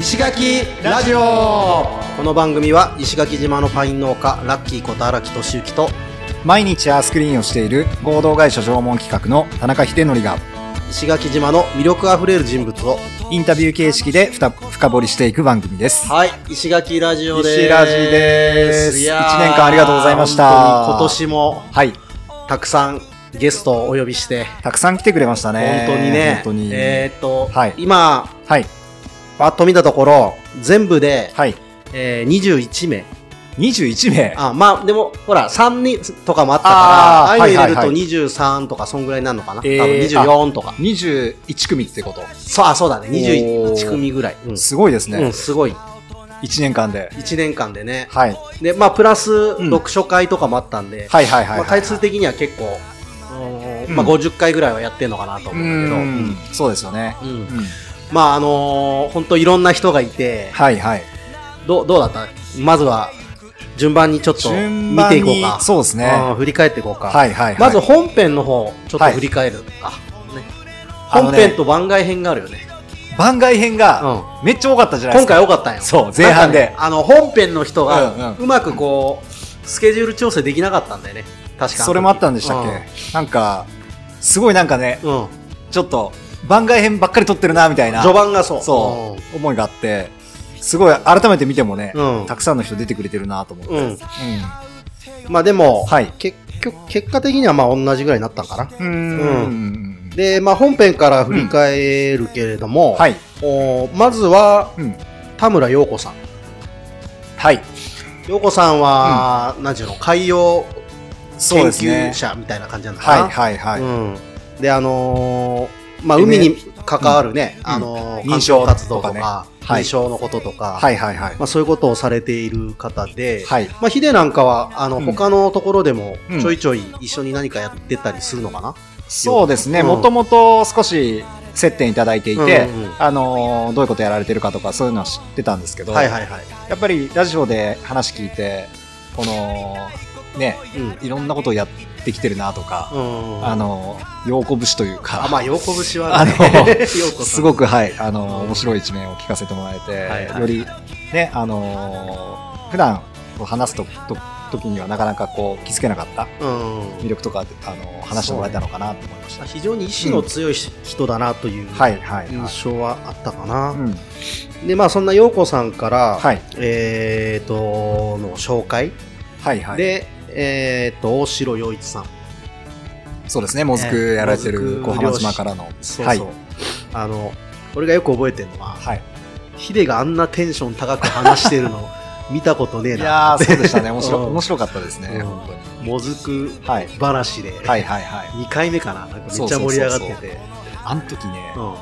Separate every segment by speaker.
Speaker 1: 石垣ラジオこの番組は石垣島のパイン農家ラッキーこと荒木敏之と
Speaker 2: 毎日アースクリーンをしている合同会社縄文企画の田中秀則が
Speaker 1: 石垣島の魅力あふれる人物を
Speaker 2: インタビュー形式でふた深掘りしていく番組です。
Speaker 1: はい石垣ラジオです
Speaker 2: 石ラジです
Speaker 1: いやー
Speaker 2: 一年間ありがとうございました
Speaker 1: 本当に今年も
Speaker 2: はい。
Speaker 1: たくさんゲストをお呼びして
Speaker 2: たくさん来てくれましたね。
Speaker 1: 本当にね
Speaker 2: 本当に。
Speaker 1: えーっと、
Speaker 2: はい
Speaker 1: 今
Speaker 2: はい。
Speaker 1: パッと見たところ全部で、
Speaker 2: はい。
Speaker 1: えー、21名
Speaker 2: 21名。
Speaker 1: あまあでもほら3人とかもあったからあ
Speaker 2: あー
Speaker 1: あいうの入れる
Speaker 2: はい
Speaker 1: と
Speaker 2: はい
Speaker 1: 23とかそんぐらいになるのかな、
Speaker 2: えー
Speaker 1: 多分24とか
Speaker 2: 21組ってこと。
Speaker 1: そうあそうだね21
Speaker 2: おー
Speaker 1: 組ぐらい、うん
Speaker 2: すごいです
Speaker 1: う
Speaker 2: ね
Speaker 1: ん。すごい
Speaker 2: 1年間で。
Speaker 1: 1年間でね
Speaker 2: はい。
Speaker 1: でまあプラス
Speaker 2: ん
Speaker 1: 読書会とかもあったんで、
Speaker 2: はいはいはい
Speaker 1: まあ、
Speaker 2: はい。
Speaker 1: 回数的には結構、うん
Speaker 2: うん
Speaker 1: まあ、50回ぐらいはやってんのかなと
Speaker 2: う
Speaker 1: 思うんだけど、
Speaker 2: ん。そうですよね。
Speaker 1: うんうん
Speaker 2: うん。
Speaker 1: まああの本当いろんな人がいて
Speaker 2: はいはい。
Speaker 1: どうどうだったまずは順番にちょっと
Speaker 2: 順
Speaker 1: 見
Speaker 2: 番
Speaker 1: て
Speaker 2: に
Speaker 1: いこうか
Speaker 2: そうですね
Speaker 1: うん振り返っていこうか、
Speaker 2: はいはいはい。
Speaker 1: まず本編の方ちょっと振り返るか、ね、
Speaker 2: あの
Speaker 1: 本
Speaker 2: ね
Speaker 1: 編と番外編があるよね
Speaker 2: 番外編がめっちゃ多かったじゃないで
Speaker 1: 今
Speaker 2: すか。
Speaker 1: 回多かったんよ
Speaker 2: そう前半で
Speaker 1: なんかねあの本編の人が
Speaker 2: うんう
Speaker 1: うまくこうスケジュール調整できなかったんだよね確か
Speaker 2: それもあったんでしたっけなんか、すごいなんかね、
Speaker 1: け、うん、
Speaker 2: ちょっと番外編ばっかり撮ってるなみたいな
Speaker 1: 序盤がそう
Speaker 2: そう思いがあってすごい改めて見てもね、
Speaker 1: うん
Speaker 2: たくさんの人出てくれてるなと思って、
Speaker 1: う
Speaker 2: うんん
Speaker 1: うんまあでも、
Speaker 2: はい
Speaker 1: 結局結果的にはまあ同じぐらいになったんかな
Speaker 2: うんうん
Speaker 1: で、まあ、本編から振り返るけれども、
Speaker 2: はい、
Speaker 1: おまずは
Speaker 2: うん、
Speaker 1: 田村陽子さん
Speaker 2: はい
Speaker 1: 陽子さんは、なんていうの海洋
Speaker 2: そう
Speaker 1: 研
Speaker 2: ですね
Speaker 1: 究者みたいな感じなんだか
Speaker 2: は
Speaker 1: ない
Speaker 2: はいはい、
Speaker 1: うん、であのーまあ、
Speaker 2: で
Speaker 1: 海に関わるね、
Speaker 2: ん
Speaker 1: あのー
Speaker 2: 認証
Speaker 1: 環境活動とか
Speaker 2: とかはい
Speaker 1: 認証のこととか、
Speaker 2: はいはいはい
Speaker 1: まあ、そういうことをされている方で、
Speaker 2: はい
Speaker 1: まあ、ヒデなんかはあの、
Speaker 2: うん
Speaker 1: 他のところでも
Speaker 2: うん
Speaker 1: ちょいちょい一緒に何かやってたりするのかな、
Speaker 2: そうですね
Speaker 1: うん
Speaker 2: もともと少し接点いただいていて、
Speaker 1: うんうん
Speaker 2: あのーどういうことやられてるかとかそういうのは知ってたんですけど、
Speaker 1: はいはいはい、
Speaker 2: やっぱりラジオで話聞いてこのね
Speaker 1: うんうん
Speaker 2: いろんなことをやってきてるなとか、あの、陽子節というか、
Speaker 1: あまあ陽子節は、ね、
Speaker 2: あの
Speaker 1: 陽子さん
Speaker 2: すごく、はい、あ
Speaker 1: うん
Speaker 2: の、面白い一面を聞かせてもらえて、
Speaker 1: はいはい
Speaker 2: より、ね、あのー、普段こう話すとと時にはなかなかこう気づけなかった
Speaker 1: うん
Speaker 2: 魅力とか、あの話してもらえたのかなと思いました。
Speaker 1: 非常に意志の強い人だなという
Speaker 2: はい、はい、はい。
Speaker 1: 印象はあったかな、
Speaker 2: うん、
Speaker 1: でまあそんな陽子さんから、
Speaker 2: はい
Speaker 1: えー、との紹介、
Speaker 2: はい、はい。
Speaker 1: で、えー、と大城洋一さん
Speaker 2: そうですね、もずくやられて
Speaker 1: えー
Speaker 2: る
Speaker 1: も
Speaker 2: 小
Speaker 1: ずく漁
Speaker 2: 浜
Speaker 1: 師
Speaker 2: 島からの。
Speaker 1: そうそう、
Speaker 2: はい。
Speaker 1: あの俺がよく覚えてるのは
Speaker 2: はい。
Speaker 1: ヒデがあんなテンション高く話してる の見たことねえ
Speaker 2: いや
Speaker 1: な
Speaker 2: ー、そうでした ね。面
Speaker 1: う
Speaker 2: 白
Speaker 1: ん
Speaker 2: 面白かったですね、
Speaker 1: うん
Speaker 2: 本当に。
Speaker 1: もずく
Speaker 2: はい。
Speaker 1: 話で、
Speaker 2: はい、はい、はい。
Speaker 1: 2回目かななんかめっちゃ盛り上がってて
Speaker 2: そうそうあの時ね
Speaker 1: う、ん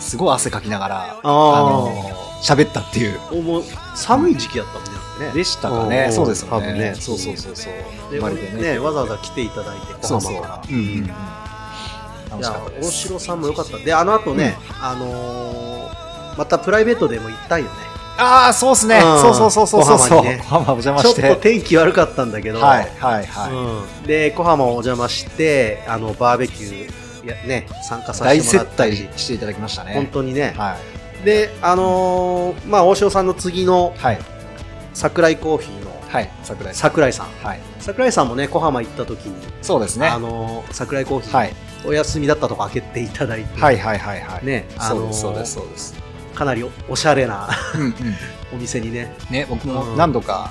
Speaker 2: すごい汗かきながら、あ
Speaker 1: あ
Speaker 2: の喋ったっていう。
Speaker 1: おも寒い時期だったもんねだってね
Speaker 2: でしたか
Speaker 1: う
Speaker 2: ね
Speaker 1: ん。
Speaker 2: そうです
Speaker 1: 多
Speaker 2: よ
Speaker 1: 分
Speaker 2: ね。
Speaker 1: ね
Speaker 2: そうそうそうそう。
Speaker 1: で
Speaker 2: まるで
Speaker 1: ね
Speaker 2: ね。
Speaker 1: わざわざ来ていただいて小
Speaker 2: そうそう
Speaker 1: 浜から。
Speaker 2: うんうんうん。
Speaker 1: い
Speaker 2: 楽し
Speaker 1: や
Speaker 2: かったで
Speaker 1: 大
Speaker 2: す。
Speaker 1: 城さんも良かったであの後ね、あのーまたプライベートでも行ったんよね
Speaker 2: ああ、そうですね。
Speaker 1: うん
Speaker 2: そうそうそうそうそ
Speaker 1: 小
Speaker 2: う。そ
Speaker 1: 浜
Speaker 2: う
Speaker 1: にね
Speaker 2: 小浜お邪魔
Speaker 1: ちょっ
Speaker 2: し
Speaker 1: と
Speaker 2: て。
Speaker 1: 天気悪かったんだけど、
Speaker 2: はいはいはい。
Speaker 1: うん、で小浜をお邪魔してあのバーベキューや、ね、参加させ
Speaker 2: 大
Speaker 1: て
Speaker 2: 接
Speaker 1: もらった
Speaker 2: 待
Speaker 1: り
Speaker 2: していただきましたね。
Speaker 1: 本当にね、
Speaker 2: はい
Speaker 1: であのーまあ大城さんの次の
Speaker 2: はい
Speaker 1: 桜井コーヒーの
Speaker 2: はい。桜井さ
Speaker 1: 桜井さん
Speaker 2: ん。はい。
Speaker 1: 桜井さんもね小浜行った時に、
Speaker 2: そうですね。
Speaker 1: あ
Speaker 2: はい
Speaker 1: のー桜井コーヒー、
Speaker 2: はい
Speaker 1: お休みだったとこ開けていただいて、
Speaker 2: はいはいはい。
Speaker 1: ねあ
Speaker 2: そう
Speaker 1: のー
Speaker 2: ですそうですそうです。
Speaker 1: かなりおおしゃれな
Speaker 2: うんうん。
Speaker 1: お店にね
Speaker 2: ね僕
Speaker 1: う
Speaker 2: も
Speaker 1: ん
Speaker 2: 何度か。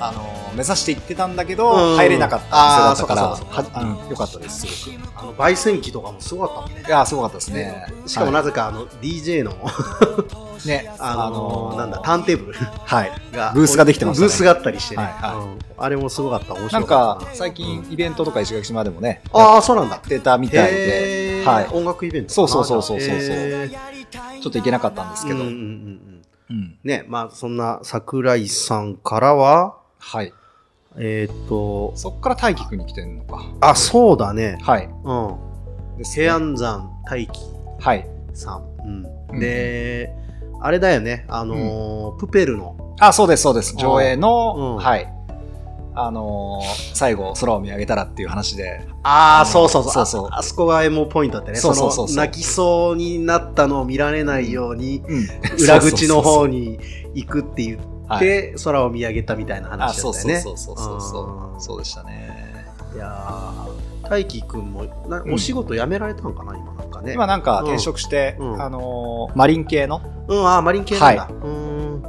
Speaker 2: あのー目指して行ってたんだけ
Speaker 1: うん
Speaker 2: ど入れなかったお店だったから
Speaker 1: あーそうかそうかそうか
Speaker 2: はあのよかったですすごく
Speaker 1: あの焙煎機とかもすごかったもんね
Speaker 2: いやーすごかったですね
Speaker 1: しかもな
Speaker 2: は
Speaker 1: ぜかあの DJ の、
Speaker 2: いね
Speaker 1: あのーなんだタ
Speaker 2: た
Speaker 1: ーンテーブル
Speaker 2: はい
Speaker 1: が
Speaker 2: ブースができてましたね
Speaker 1: ブースがあったりしてね、
Speaker 2: はいは
Speaker 1: うんあれもすごかった面
Speaker 2: な
Speaker 1: 白
Speaker 2: ん
Speaker 1: かっ
Speaker 2: か
Speaker 1: た
Speaker 2: 最近イベントとか石垣島でもね、や
Speaker 1: ああそうなんだ
Speaker 2: ってたみたいで、
Speaker 1: へー
Speaker 2: はい
Speaker 1: 音楽イベント
Speaker 2: そうそうそうそうそうそう
Speaker 1: そうで
Speaker 2: ちょっと行けなかったんですけど、
Speaker 1: うん
Speaker 2: う
Speaker 1: うんうん
Speaker 2: ん
Speaker 1: ねまあそんな桜井さんからは
Speaker 2: はい。
Speaker 1: えーっと
Speaker 2: そっから大輝くんに来てるのか。
Speaker 1: あそうだね
Speaker 2: はい。
Speaker 1: うん
Speaker 2: ですね
Speaker 1: 平安山大輝
Speaker 2: はい。
Speaker 1: さん、う、
Speaker 2: うんん
Speaker 1: であれだよねあのープペルの
Speaker 2: あ、そうです、そうです。上映の、
Speaker 1: うん
Speaker 2: はい。あのー最後空を見上げたらっていう話で、
Speaker 1: ああ、そうそうそう。
Speaker 2: そうそう
Speaker 1: ああそこがエモポイントだったね。
Speaker 2: そうそうそうそう
Speaker 1: の泣きそうになったのを見られないように、
Speaker 2: うん
Speaker 1: 裏口の方
Speaker 2: に
Speaker 1: に行くって言っ
Speaker 2: はい、
Speaker 1: て、空を見上げたみたいな
Speaker 2: あ
Speaker 1: 話だ
Speaker 2: そ
Speaker 1: っ
Speaker 2: う
Speaker 1: たよ
Speaker 2: そう
Speaker 1: ね。
Speaker 2: そうそうそうそううんそうでしたね
Speaker 1: いやー大輝くんもな
Speaker 2: うん
Speaker 1: お仕事辞められたんかな、今なんかね。
Speaker 2: 今なんか転職して、
Speaker 1: うん
Speaker 2: あのーマリン系の
Speaker 1: うん、あーマリン系なんだ。
Speaker 2: は
Speaker 1: うーん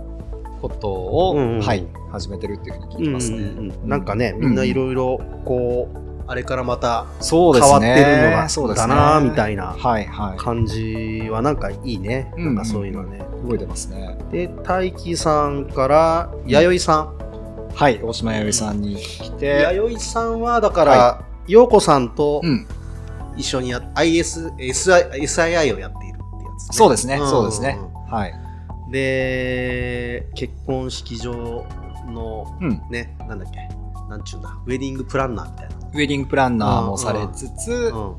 Speaker 2: ことを、
Speaker 1: うんうんうん
Speaker 2: はい、始めてるっていうふうに聞いてますね、
Speaker 1: うんうんうんなんかね、みんないろいろ、こう、あれからまた
Speaker 2: そう
Speaker 1: 変
Speaker 2: です
Speaker 1: わっ
Speaker 2: ね
Speaker 1: てるのが、
Speaker 2: そうです
Speaker 1: だ
Speaker 2: ね
Speaker 1: なーみたいな
Speaker 2: はいは
Speaker 1: 感じは、なんかいいね。
Speaker 2: うん
Speaker 1: なんかそういうのね。
Speaker 2: い動いてますね
Speaker 1: で、大輝さんから、弥生さん。
Speaker 2: はい大島弥生さんに来て、
Speaker 1: 弥生さんは、だから、
Speaker 2: は
Speaker 1: 陽子さんと
Speaker 2: うん、
Speaker 1: 一緒にや、IS、SI SII をやっているってやつ、ね。
Speaker 2: そうですね
Speaker 1: ん
Speaker 2: そうですね。はい、
Speaker 1: で、結婚式場の、
Speaker 2: うん、
Speaker 1: ね、なんだっけ、なんちゅうんだ、ウェディングプランナーみたいな。
Speaker 2: ウェディングプランナーもされつつ、
Speaker 1: うん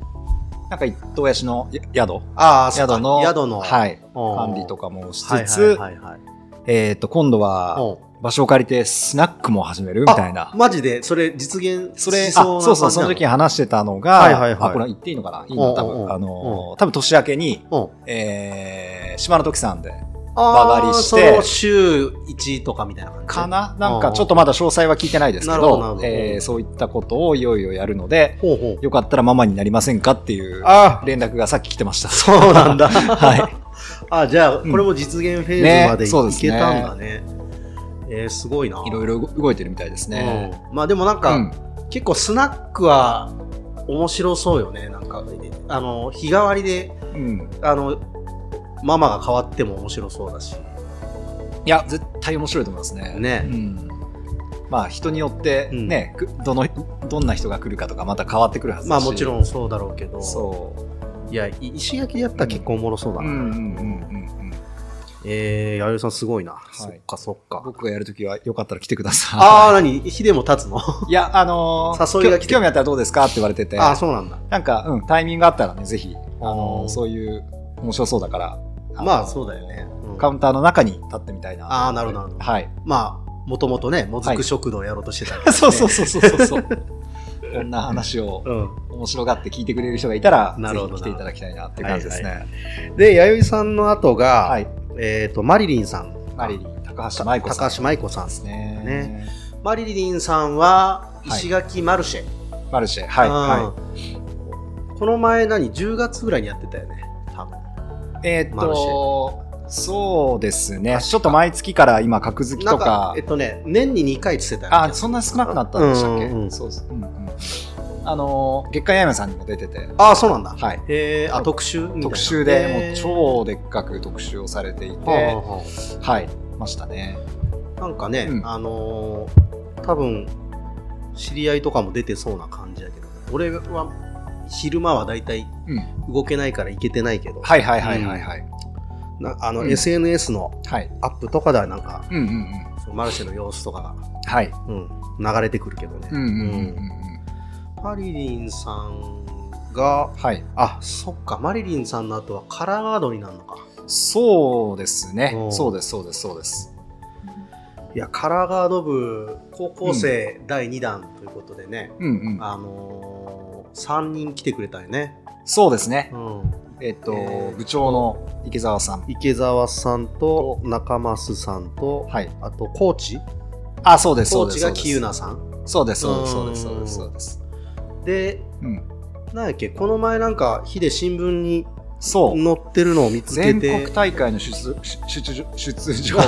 Speaker 2: なんか一棟貸しのや宿
Speaker 1: ああ、そっか
Speaker 2: 宿の
Speaker 1: 宿の、
Speaker 2: はい、管
Speaker 1: 管
Speaker 2: 理と
Speaker 1: か
Speaker 2: かもし
Speaker 1: は
Speaker 2: つ
Speaker 1: い
Speaker 2: つ、
Speaker 1: はいはいはい
Speaker 2: えっ、と今度は
Speaker 1: うん
Speaker 2: 場所を借りてスナックも始めるみたいな
Speaker 1: マジで、それ実現
Speaker 2: それ
Speaker 1: し
Speaker 2: あ
Speaker 1: うな
Speaker 2: そうそう
Speaker 1: 感じ
Speaker 2: そ
Speaker 1: な
Speaker 2: の時に話してたのが、
Speaker 1: はいはいはい
Speaker 2: あこれ言っていいのかない
Speaker 1: う
Speaker 2: い
Speaker 1: んう
Speaker 2: の
Speaker 1: ん
Speaker 2: 多
Speaker 1: うん
Speaker 2: 分あのー多分年明けに、
Speaker 1: うん。
Speaker 2: えー、島の時さんで
Speaker 1: あー
Speaker 2: ババリして
Speaker 1: そう週1とかみたいな感じ。
Speaker 2: かな、なんかちょっとまだ詳細は聞いてないですけ
Speaker 1: なるほどなる
Speaker 2: ど
Speaker 1: ほど
Speaker 2: えーそういったことをいよいよやるので
Speaker 1: ほうほう。
Speaker 2: よかったらママになりませんかっていう
Speaker 1: あ
Speaker 2: 連絡がさっき来てました
Speaker 1: あ、そうなんだ。
Speaker 2: はい。
Speaker 1: あじゃあ、こ
Speaker 2: ん
Speaker 1: れも実現フェーズ
Speaker 2: ね
Speaker 1: まで
Speaker 2: そう
Speaker 1: い
Speaker 2: です
Speaker 1: け
Speaker 2: ね
Speaker 1: たんだね。えー、すごいな。
Speaker 2: いろいろ動いてるみたいですね、
Speaker 1: うんまあでもなん
Speaker 2: う
Speaker 1: か、
Speaker 2: ん、
Speaker 1: 結構スナックは面白そうよね。なんか、あの、日替わりで、
Speaker 2: うん、
Speaker 1: あの、ママが変わっても面白そうだし。
Speaker 2: いや絶対面白いと思いますね
Speaker 1: ね
Speaker 2: うんまあ人によってね、くどのどんな人が来るかとかまた変わってくるはずだし
Speaker 1: まあもち
Speaker 2: ん
Speaker 1: ろんそうだろうけど。
Speaker 2: そう
Speaker 1: いや、い石垣でやったら結構おもろそうだな。
Speaker 2: うんうんうんうんうん
Speaker 1: えー、弥生さんすごいな。
Speaker 2: い
Speaker 1: そっかそっか。
Speaker 2: 僕がやるときはよかったら来てください。
Speaker 1: ああ、な にヒデも立つのあ
Speaker 2: いや、あのー、
Speaker 1: 誘いが来て
Speaker 2: 興興味あったらどうですかって言われて て、
Speaker 1: あ、そうなんだ。
Speaker 2: なんか、うん、タイミングがあったらね、ぜひ、あの
Speaker 1: う
Speaker 2: ー
Speaker 1: ん
Speaker 2: そういう、面白そうだから、のー
Speaker 1: まあそうだよね。うん
Speaker 2: カウンターの中に立ってみたいな。
Speaker 1: あーなるほどなるほど
Speaker 2: はい。
Speaker 1: まあ、もともとね、もずく食堂やろうとしてたから、ね
Speaker 2: そうそうそうそうそうそう。こんな話を
Speaker 1: う
Speaker 2: 面白がって聞いてくれる人がいたら、
Speaker 1: な
Speaker 2: ぜ
Speaker 1: るほ
Speaker 2: ひ
Speaker 1: ど
Speaker 2: 来ていただきたいなっていう感じですね。
Speaker 1: ん。で、弥生さんの後が、
Speaker 2: はい。
Speaker 1: えっ、と、マリリンさん。
Speaker 2: マリリン、高橋舞子さん
Speaker 1: 高橋舞子さん
Speaker 2: で。すね。
Speaker 1: ねマリリンさんは、
Speaker 2: はい
Speaker 1: 石垣マルシェ。
Speaker 2: マルシェ、はい。は
Speaker 1: うんこの前何 ?10 月ぐらいにやってたよね。多分。
Speaker 2: い、えーっ
Speaker 1: マルシ
Speaker 2: と、そうですね。ちょっと毎月から今、格付き
Speaker 1: な
Speaker 2: と
Speaker 1: んか
Speaker 2: か、
Speaker 1: えっとね、年に2回って言ってたよね
Speaker 2: あ、そんな少なくなったんでしたっけ、
Speaker 1: うんうんうん
Speaker 2: そうそう。うんうんあのー、月刊ヤマさんにも出てて、
Speaker 1: ああ、そうなんだ。
Speaker 2: はい。
Speaker 1: へえ、あ、特集みたいな
Speaker 2: 特集で、もう、超でっかく特集をされていて、
Speaker 1: へえはあは
Speaker 2: はい、ましたね。
Speaker 1: あはあなんかね、
Speaker 2: うん
Speaker 1: あのー多分、知り合いとかも出てそうな感じだけど、俺は昼間はだいたい
Speaker 2: うん。
Speaker 1: 動けないから行けてないけど、
Speaker 2: はいはいはいはいはい。
Speaker 1: なあの、
Speaker 2: うん
Speaker 1: SNS の
Speaker 2: はい。
Speaker 1: アップとかではなんか、
Speaker 2: うんうんうん。
Speaker 1: そのマルシェの様子とか
Speaker 2: はい。
Speaker 1: が、うん、流れてくるけどね。
Speaker 2: うんうんうんうん
Speaker 1: マリリンさんが
Speaker 2: うん。、はい。
Speaker 1: あ、そっか、マリリンさんの後はカラーガードになるのか。
Speaker 2: そうです
Speaker 1: う
Speaker 2: ね。
Speaker 1: ん
Speaker 2: そうです、そうです、そうです。
Speaker 1: いや、カラーガード部、高校生第2弾ということでね、
Speaker 2: うんうん。
Speaker 1: あのー、3人来てくれたよね。
Speaker 2: そうですね。
Speaker 1: うん、
Speaker 2: えっと
Speaker 1: えー、
Speaker 2: 部長の池澤さん。
Speaker 1: 池澤さんと中増さんと、
Speaker 2: はい。
Speaker 1: あとコーチ
Speaker 2: あ、そうです、
Speaker 1: コ
Speaker 2: そ
Speaker 1: ー
Speaker 2: うで
Speaker 1: チ
Speaker 2: す。
Speaker 1: が喜友名さん。
Speaker 2: そうです、そうです、そうです、そうです、そうです。
Speaker 1: で、
Speaker 2: うん。
Speaker 1: なんやっけ、この前なんか、ヒデ新聞に
Speaker 2: そう。
Speaker 1: 載ってるのを見つけ
Speaker 2: 全
Speaker 1: て、
Speaker 2: 国大会の出出出出場を、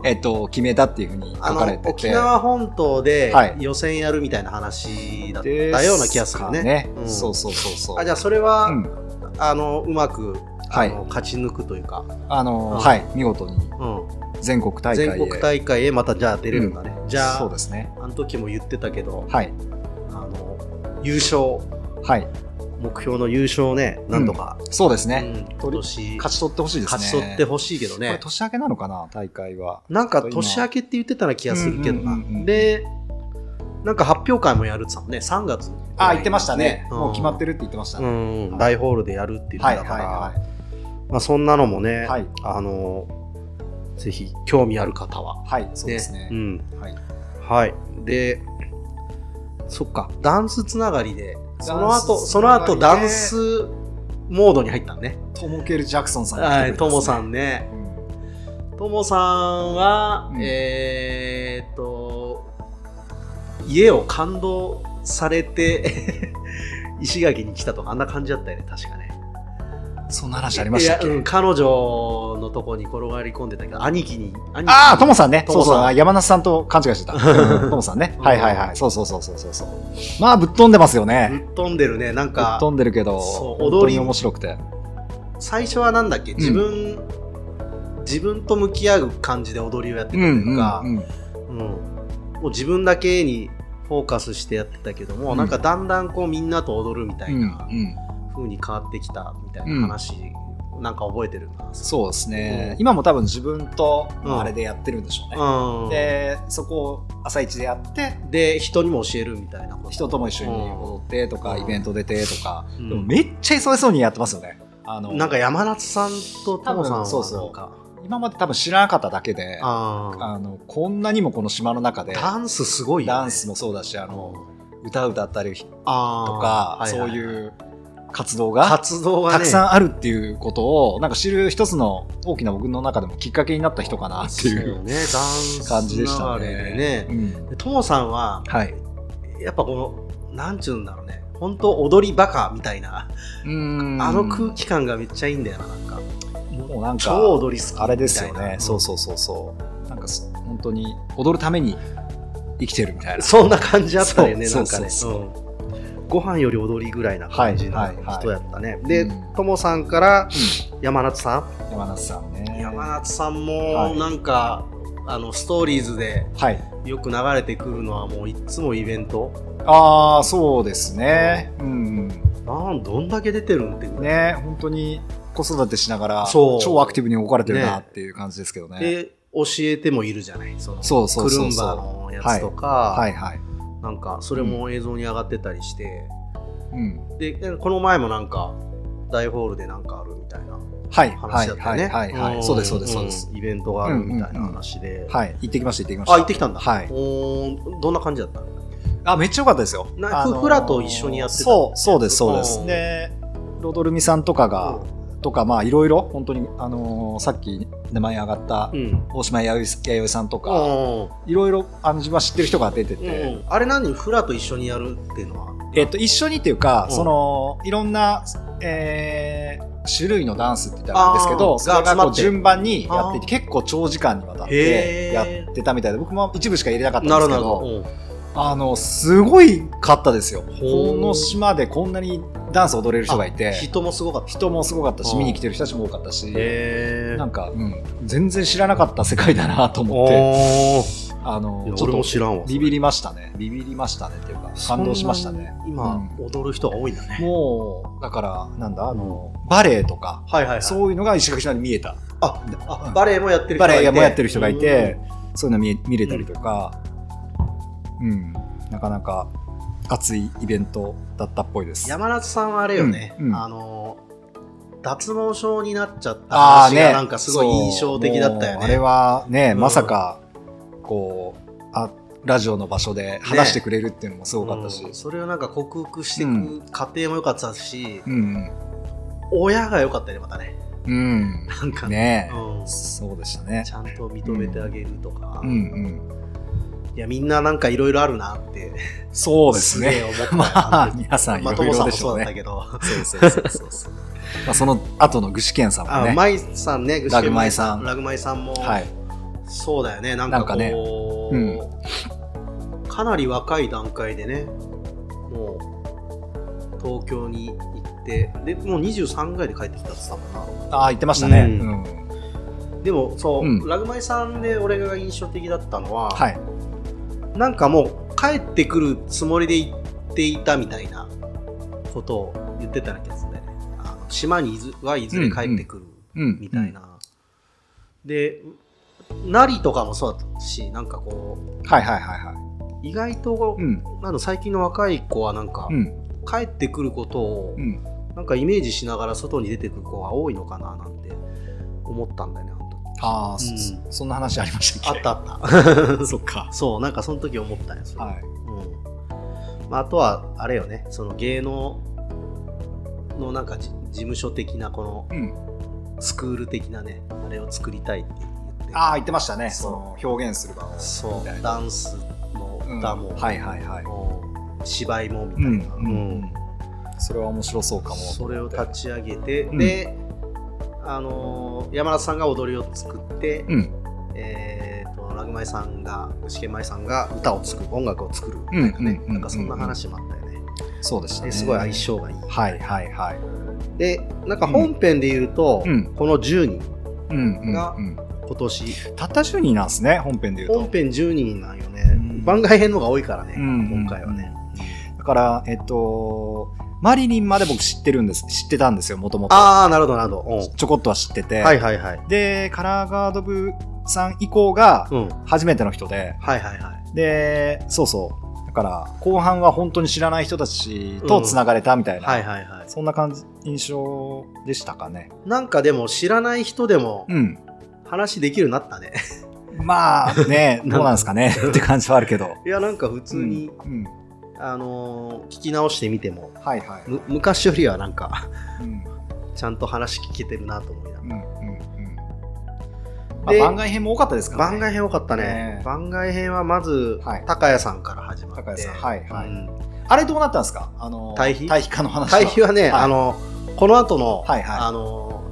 Speaker 1: あー
Speaker 2: えっと、決めたっていうふうに書
Speaker 1: あ
Speaker 2: かれ
Speaker 1: の
Speaker 2: て
Speaker 1: 沖
Speaker 2: て。
Speaker 1: 縄本島で
Speaker 2: はい
Speaker 1: 予選やるみたいな話だった
Speaker 2: で
Speaker 1: ような気がするね。
Speaker 2: か
Speaker 1: うん
Speaker 2: そうそうそうそう。
Speaker 1: あじゃあそれは、
Speaker 2: うん
Speaker 1: あのうまく、
Speaker 2: はい
Speaker 1: あの勝ち抜くというか、
Speaker 2: あの
Speaker 1: うん
Speaker 2: はい、見事に
Speaker 1: うん
Speaker 2: 全国大会へ
Speaker 1: 全国大会へまたじゃあ出れるんだね。じゃ
Speaker 2: そう
Speaker 1: あ
Speaker 2: ですね。
Speaker 1: あの時も言ってたけど
Speaker 2: はい。
Speaker 1: あの優勝
Speaker 2: はい。
Speaker 1: 目標の優勝をねなんとか、
Speaker 2: そうです
Speaker 1: うん
Speaker 2: ね。
Speaker 1: 今年
Speaker 2: 勝ち取ってほしいですね。
Speaker 1: 勝ち取ってほしいけど
Speaker 2: これ
Speaker 1: ね。
Speaker 2: 年明けなのかな、大会は。
Speaker 1: なんか年明けって言ってたような気がするけどな。
Speaker 2: うんうんうんうん
Speaker 1: でなんか発表会もやるって言ってたもんね3月
Speaker 2: あ、言ってましたね。
Speaker 1: うん
Speaker 2: もう決まってるって言ってました
Speaker 1: う
Speaker 2: ね。
Speaker 1: ん
Speaker 2: はい
Speaker 1: 大ホールでやるっていうの
Speaker 2: はい
Speaker 1: だ
Speaker 2: はい
Speaker 1: から、
Speaker 2: は
Speaker 1: まあ、そんなのもね、
Speaker 2: い。はい。
Speaker 1: あのぜひ興味ある方は、
Speaker 2: はい、そうですね
Speaker 1: う。ん
Speaker 2: はい。
Speaker 1: はいでそっか、ダンスつながりで、その
Speaker 2: ダ
Speaker 1: 後、
Speaker 2: ンスつ
Speaker 1: そ
Speaker 2: な
Speaker 1: の
Speaker 2: がりで
Speaker 1: 後ダンスモードに入ったんね。
Speaker 2: トモケル・ジャクソンさんが
Speaker 1: は
Speaker 2: 来て
Speaker 1: い、
Speaker 2: くれ
Speaker 1: と
Speaker 2: てま
Speaker 1: も
Speaker 2: すね
Speaker 1: さんね。
Speaker 2: うん
Speaker 1: ともさんは、
Speaker 2: うん
Speaker 1: えーっと、家を感動されて、 石垣に来たとか、あんな感じだったよね、確かね。
Speaker 2: そんな話ありましたっけ
Speaker 1: いやうん、彼女のとこに転がり込んでたけど、兄貴に、兄貴
Speaker 2: ああ、ともさんね。
Speaker 1: と
Speaker 2: そ
Speaker 1: も
Speaker 2: う
Speaker 1: さん
Speaker 2: そう。あ山梨さんと勘違いしてた。 うんともさんね。
Speaker 1: うん
Speaker 2: はいはいはい。そうそうそうそうそうそう。まあ、ぶっ飛んでますよね。
Speaker 1: ぶっ飛んでるね、なん
Speaker 2: ぶっ
Speaker 1: か、
Speaker 2: 飛んでるけど、
Speaker 1: そう
Speaker 2: 本当
Speaker 1: 踊り
Speaker 2: に面白くて。
Speaker 1: 最初はなんだっけ、自分、自分と向き合う感じで踊りをやってたというか、
Speaker 2: うんうん
Speaker 1: うんもう自分だけにフォーカスしてやってたけども、
Speaker 2: うん
Speaker 1: なんかだんだんこうみんなと踊るみた
Speaker 2: う
Speaker 1: い
Speaker 2: ん
Speaker 1: な
Speaker 2: うん
Speaker 1: 風に変わってきたみたいな話、なんか覚えてるな。
Speaker 2: そうですね
Speaker 1: う。ん
Speaker 2: 今も多分自分と
Speaker 1: うん
Speaker 2: あれでやってるんでしょ
Speaker 1: う
Speaker 2: うね。
Speaker 1: ん、で
Speaker 2: で、そこを朝一でやって、
Speaker 1: 人にも教えるみたいなこと。
Speaker 2: 人とも一緒に踊ってとか、
Speaker 1: うん
Speaker 2: イベント出てとか、
Speaker 1: うん
Speaker 2: でもめっちゃ忙しそうにやってますよね。あの、
Speaker 1: なんか山夏さんとトモさんはなん
Speaker 2: 多分
Speaker 1: か
Speaker 2: そうそう今まで多分知らなかっただけで、あ
Speaker 1: あー
Speaker 2: の、こんなにもこの島の中で、
Speaker 1: ダンスすごいよ、ね。
Speaker 2: ダンスもそうだし、あの、歌歌ったりと
Speaker 1: あー
Speaker 2: か、
Speaker 1: はは
Speaker 2: そういう活動が、
Speaker 1: 活動がね
Speaker 2: たくさんあるっていうことを、なんか知る一つの大きな僕の中でもきっかけになった人かなってい
Speaker 1: そう
Speaker 2: う
Speaker 1: ね、ダンス
Speaker 2: 感じでした
Speaker 1: 流れで
Speaker 2: ね。
Speaker 1: ね。
Speaker 2: うん
Speaker 1: でトモさんは、
Speaker 2: はい。
Speaker 1: やっぱこの、なんちゅうんだろうね。本当踊りバカみたいな、あ
Speaker 2: あ
Speaker 1: の空気感がめっちゃいいんだよな、なんか。
Speaker 2: もうなんか、
Speaker 1: 超踊り好きみたいな。
Speaker 2: あれですよね。そう
Speaker 1: そ
Speaker 2: そうそうそう。なんかそ本当に踊るために生きてるみたいな。
Speaker 1: んな感じあったよね、
Speaker 2: そ
Speaker 1: な
Speaker 2: うん
Speaker 1: かね。
Speaker 2: そう
Speaker 1: うんご飯より踊りぐらいな感じの
Speaker 2: はいはいはい
Speaker 1: 人やったね。
Speaker 2: う
Speaker 1: で
Speaker 2: ん、
Speaker 1: トモさんから山夏さん。
Speaker 2: 山梨さんね。
Speaker 1: 山夏さん
Speaker 2: は
Speaker 1: も、
Speaker 2: い
Speaker 1: なんか、あの、ストーリーズで
Speaker 2: はい。
Speaker 1: よく流れてくるのは、もういっつもイベント。
Speaker 2: ああ、そうですね。うん。
Speaker 1: なんどんだけ出てるんってぐらい
Speaker 2: ね、本当に子育てしながら、
Speaker 1: そう
Speaker 2: 超アクティブに動かれてるなっていう感じですけどね。
Speaker 1: で教えてもいるじゃないその
Speaker 2: そうそうそ
Speaker 1: ク
Speaker 2: うそう
Speaker 1: ルンバのやつとか、
Speaker 2: はいはい。
Speaker 1: なんかそれも映像に上がってたりして、
Speaker 2: うん。
Speaker 1: でこの前もなんか大ホールでなんかあるみたいな
Speaker 2: はい。は
Speaker 1: 話
Speaker 2: い。
Speaker 1: だっ
Speaker 2: は
Speaker 1: た
Speaker 2: い。
Speaker 1: よね、
Speaker 2: はい。は
Speaker 1: ん
Speaker 2: い。そうです、そうです、そうです。
Speaker 1: んイベントがあるみたいな話で、
Speaker 2: はい。行ってきました、行ってきまし
Speaker 1: あ
Speaker 2: た。
Speaker 1: 行ってきたんだ、
Speaker 2: はい
Speaker 1: おーどんな感じだったの
Speaker 2: あ、めっちゃ良かったですよ。
Speaker 1: な
Speaker 2: あのー
Speaker 1: フラと一緒にやってた
Speaker 2: そう、そうです、そうです
Speaker 1: う。ん
Speaker 2: で、ロドルミさんとかが、とか、まあ、いろいろ、本当に、あのーさっき名前上がった
Speaker 1: う、ん
Speaker 2: 大島弥生弥生さんとか、
Speaker 1: おー
Speaker 2: いろいろ、あの、自分は知ってる人が出て
Speaker 1: うん
Speaker 2: て、
Speaker 1: あれ何フラと一緒にやるっていうのは
Speaker 2: えっと、一緒にっていうか、
Speaker 1: うん
Speaker 2: その、いろんな、えー種類のダンスって言ったらあれですけ
Speaker 1: あ
Speaker 2: ど、
Speaker 1: ー
Speaker 2: それ
Speaker 1: が
Speaker 2: が
Speaker 1: 集ま
Speaker 2: こ
Speaker 1: っ
Speaker 2: う
Speaker 1: て
Speaker 2: 順番にやってい
Speaker 1: あー
Speaker 2: て、結構長時間にわたっ
Speaker 1: へ
Speaker 2: て
Speaker 1: ー
Speaker 2: やってたみたいで、僕も一部しか入れなかったん
Speaker 1: な
Speaker 2: で
Speaker 1: る
Speaker 2: す
Speaker 1: ほ
Speaker 2: け
Speaker 1: どう
Speaker 2: ど、
Speaker 1: ん
Speaker 2: あの、すごいかったですよ。こ
Speaker 1: ー
Speaker 2: の島でこんなにダンス踊れる人がいて、
Speaker 1: 人もすごかった
Speaker 2: 人もすごかったし、
Speaker 1: うん
Speaker 2: 見に来てる人たちも多かったし、
Speaker 1: へ
Speaker 2: なんか、うん、全然知らなかった世界だなと思って、
Speaker 1: おー
Speaker 2: あの
Speaker 1: い、や
Speaker 2: ちょっ
Speaker 1: 俺も
Speaker 2: と
Speaker 1: 知らんわ
Speaker 2: ビビりましたね。ビビりましたねっていうか、感動しましたね。
Speaker 1: そんなに今、
Speaker 2: う
Speaker 1: 踊る人が多いんだね
Speaker 2: もう、だから、なんだ、あの、バレエとか、
Speaker 1: はいはい、はい、
Speaker 2: そういうのが石垣島に見えた。
Speaker 1: あ
Speaker 2: う
Speaker 1: あ
Speaker 2: ん
Speaker 1: バレエもやってる人
Speaker 2: バ
Speaker 1: がいて
Speaker 2: レエもやってる人がいて、そういうの見え見れたりとか、うん、なかなか熱いイベントだったっぽいです。
Speaker 1: 山夏さんはあれよね、
Speaker 2: うんうん
Speaker 1: あの脱毛症になっちゃった
Speaker 2: ああ
Speaker 1: 話
Speaker 2: ね、
Speaker 1: がなんかすごい印象的だったよ
Speaker 2: も
Speaker 1: ね
Speaker 2: うあれはね、
Speaker 1: うん
Speaker 2: まさか、こう、あ、ラジオの場所で話してくれるっていうのもすごかったし。
Speaker 1: うんそれをなんか克服していうく過程も良かったし、
Speaker 2: うん、
Speaker 1: 親が良かったよねまたね
Speaker 2: うん。
Speaker 1: なんか
Speaker 2: ねえ、
Speaker 1: うん
Speaker 2: そうでしたね。
Speaker 1: ちゃんと認めてあげるとか、
Speaker 2: うんうん。
Speaker 1: いやみんななんかいろいろあるなって
Speaker 2: そうです
Speaker 1: げえ
Speaker 2: ね。
Speaker 1: 思った
Speaker 2: まあ、
Speaker 1: の時
Speaker 2: 皆さんい
Speaker 1: ま
Speaker 2: ろ
Speaker 1: あ
Speaker 2: い
Speaker 1: ともさん
Speaker 2: ろで
Speaker 1: も
Speaker 2: し
Speaker 1: そ
Speaker 2: ょ
Speaker 1: う
Speaker 2: う
Speaker 1: だった
Speaker 2: ね。
Speaker 1: けど、
Speaker 2: そうそうそうそうそう。まあ、その後の具志堅さんも
Speaker 1: あ
Speaker 2: ね。
Speaker 1: マイさんね、
Speaker 2: ラグマイさん
Speaker 1: ラグマイさんも、
Speaker 2: はい。
Speaker 1: そうだよね、なんか
Speaker 2: なんかね
Speaker 1: こう、
Speaker 2: うん
Speaker 1: かなり若い段階でね、もう東京に行って、でもう23ぐらいで帰ってきたって言ってたもん
Speaker 2: ああ、言ってましたね。
Speaker 1: う
Speaker 2: うんん。
Speaker 1: な。でもそう、
Speaker 2: うん
Speaker 1: ラグマイさんで俺が印象的だったのは、
Speaker 2: はい。
Speaker 1: なんかもう帰ってくるつもりで行っていたみたいなことを言ってたらけでするんだよね。あの島にいずはいずれ帰ってくる。
Speaker 2: うん。
Speaker 1: みたい。な。で、なりとかもそうだったし、なんかこう、
Speaker 2: はいはいはいはい。
Speaker 1: 意外と、
Speaker 2: うん。
Speaker 1: なんだ最近の若い子はなんか、
Speaker 2: うん。
Speaker 1: 帰ってくることを
Speaker 2: う、ん。
Speaker 1: なんかイメージしながら外に出てくる子が多いのかななんて思ったんだよね、あの 時
Speaker 2: ああ、
Speaker 1: うん
Speaker 2: そそんな話ありましたっけ
Speaker 1: あったあった。
Speaker 2: そっか。
Speaker 1: そう、なんかその時思ったんや、それ
Speaker 2: はい。
Speaker 1: うんまあ、あとはあれよねその芸能のなんかじ事務所的なこの
Speaker 2: うん。
Speaker 1: スクール的なねあれを作りたいって言って
Speaker 2: ああ、言ってましたね。
Speaker 1: そう
Speaker 2: その表現する場を。
Speaker 1: そ
Speaker 2: みたいうな
Speaker 1: ダンスも
Speaker 2: うん
Speaker 1: 歌も,、
Speaker 2: はいはいはい。
Speaker 1: 芝居もみた
Speaker 2: う
Speaker 1: い
Speaker 2: ん。う
Speaker 1: な、
Speaker 2: ん。それは面白そうかも。
Speaker 1: それを立ち上げて、
Speaker 2: うん
Speaker 1: で、あのー山田さんが踊りを作って、
Speaker 2: うん。
Speaker 1: えー、とラグマイさんが試験前さんが歌を作る音楽を作るみ
Speaker 2: うん
Speaker 1: たいなね、
Speaker 2: うん
Speaker 1: なんかそんな話もあったよね、
Speaker 2: そうでしたね。
Speaker 1: ですごい相。性がいい
Speaker 2: はいはいはい。
Speaker 1: でなんか本編で言うと、
Speaker 2: うん
Speaker 1: この10人
Speaker 2: うんうん、
Speaker 1: が
Speaker 2: うん。
Speaker 1: 今年
Speaker 2: たった10人なんですね、本編で言うと。
Speaker 1: 本編10人なんよね、
Speaker 2: うん
Speaker 1: 番外編の方が多いからね、
Speaker 2: うん
Speaker 1: 今回はね、
Speaker 2: だから、えっと、マリリンまで僕知ってるんです、知ってたんですよ、もともと。
Speaker 1: ああなるほどなるほど、
Speaker 2: ちょこっとは知って
Speaker 1: う
Speaker 2: て。
Speaker 1: ん、はいはいはい
Speaker 2: で、カラーガード部さん以降が
Speaker 1: うん
Speaker 2: 初めての人で、
Speaker 1: はいはいはい
Speaker 2: で、そうそう。だから、後半は本当に知らない人たちと繋がれたみたいな、
Speaker 1: はいはいはい
Speaker 2: そんな感じ、印象でしたかね。
Speaker 1: なんかでも知らない人でも
Speaker 2: うん。
Speaker 1: 話できるようになったね
Speaker 2: まあ ね、
Speaker 1: なんか
Speaker 2: どうなんですかねって感じはあるけど。
Speaker 1: いやなんか普通に、
Speaker 2: うん。うん
Speaker 1: あのー聞き直してみても
Speaker 2: はいはい。
Speaker 1: む昔よりはなんか
Speaker 2: うん。
Speaker 1: ちゃんと話聞けてるなと思いなが
Speaker 2: うん。うん。うんまあ、
Speaker 1: で
Speaker 2: 番外編も多かったですかららね。
Speaker 1: 番外編多かったね
Speaker 2: ねえ
Speaker 1: 番外編はまず、
Speaker 2: はい
Speaker 1: 高谷さんから始まって
Speaker 2: 高谷さんはいはい
Speaker 1: うん
Speaker 2: あれどうなったんですかあの、
Speaker 1: 対比
Speaker 2: 対比化の話は。
Speaker 1: 対比はね、
Speaker 2: い
Speaker 1: あのこの後の、
Speaker 2: はいはい
Speaker 1: あの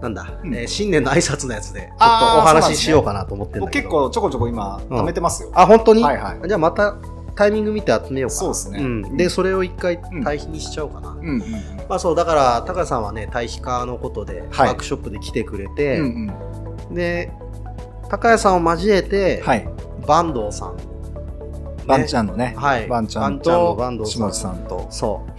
Speaker 1: なんだ、
Speaker 2: うん
Speaker 1: えー新年の挨拶のやつでちょっとお
Speaker 2: あーそうなん
Speaker 1: 話
Speaker 2: で
Speaker 1: し
Speaker 2: すね
Speaker 1: しようかなと思ってるんだ
Speaker 2: 僕
Speaker 1: けど
Speaker 2: 結構ちょこちょこ今、貯めてますよ。
Speaker 1: あ本当に、
Speaker 2: はいはい。
Speaker 1: じゃあまたタイミング見て集めようか
Speaker 2: そうですね
Speaker 1: んでそれを一回
Speaker 2: ん
Speaker 1: 対比にしちゃおうかな、
Speaker 2: うんうん
Speaker 1: まあそうだから高谷さんはね対比化のことで、
Speaker 2: はい
Speaker 1: ワークショップで来てくれて、
Speaker 2: うんうんうん
Speaker 1: で高谷さんを交えて、
Speaker 2: はい。
Speaker 1: 坂東さん、
Speaker 2: バンちゃんのね。
Speaker 1: はい
Speaker 2: バンちゃん
Speaker 1: と
Speaker 2: と
Speaker 1: 坂東さ
Speaker 2: 下
Speaker 1: ん
Speaker 2: 地さんと。
Speaker 1: そう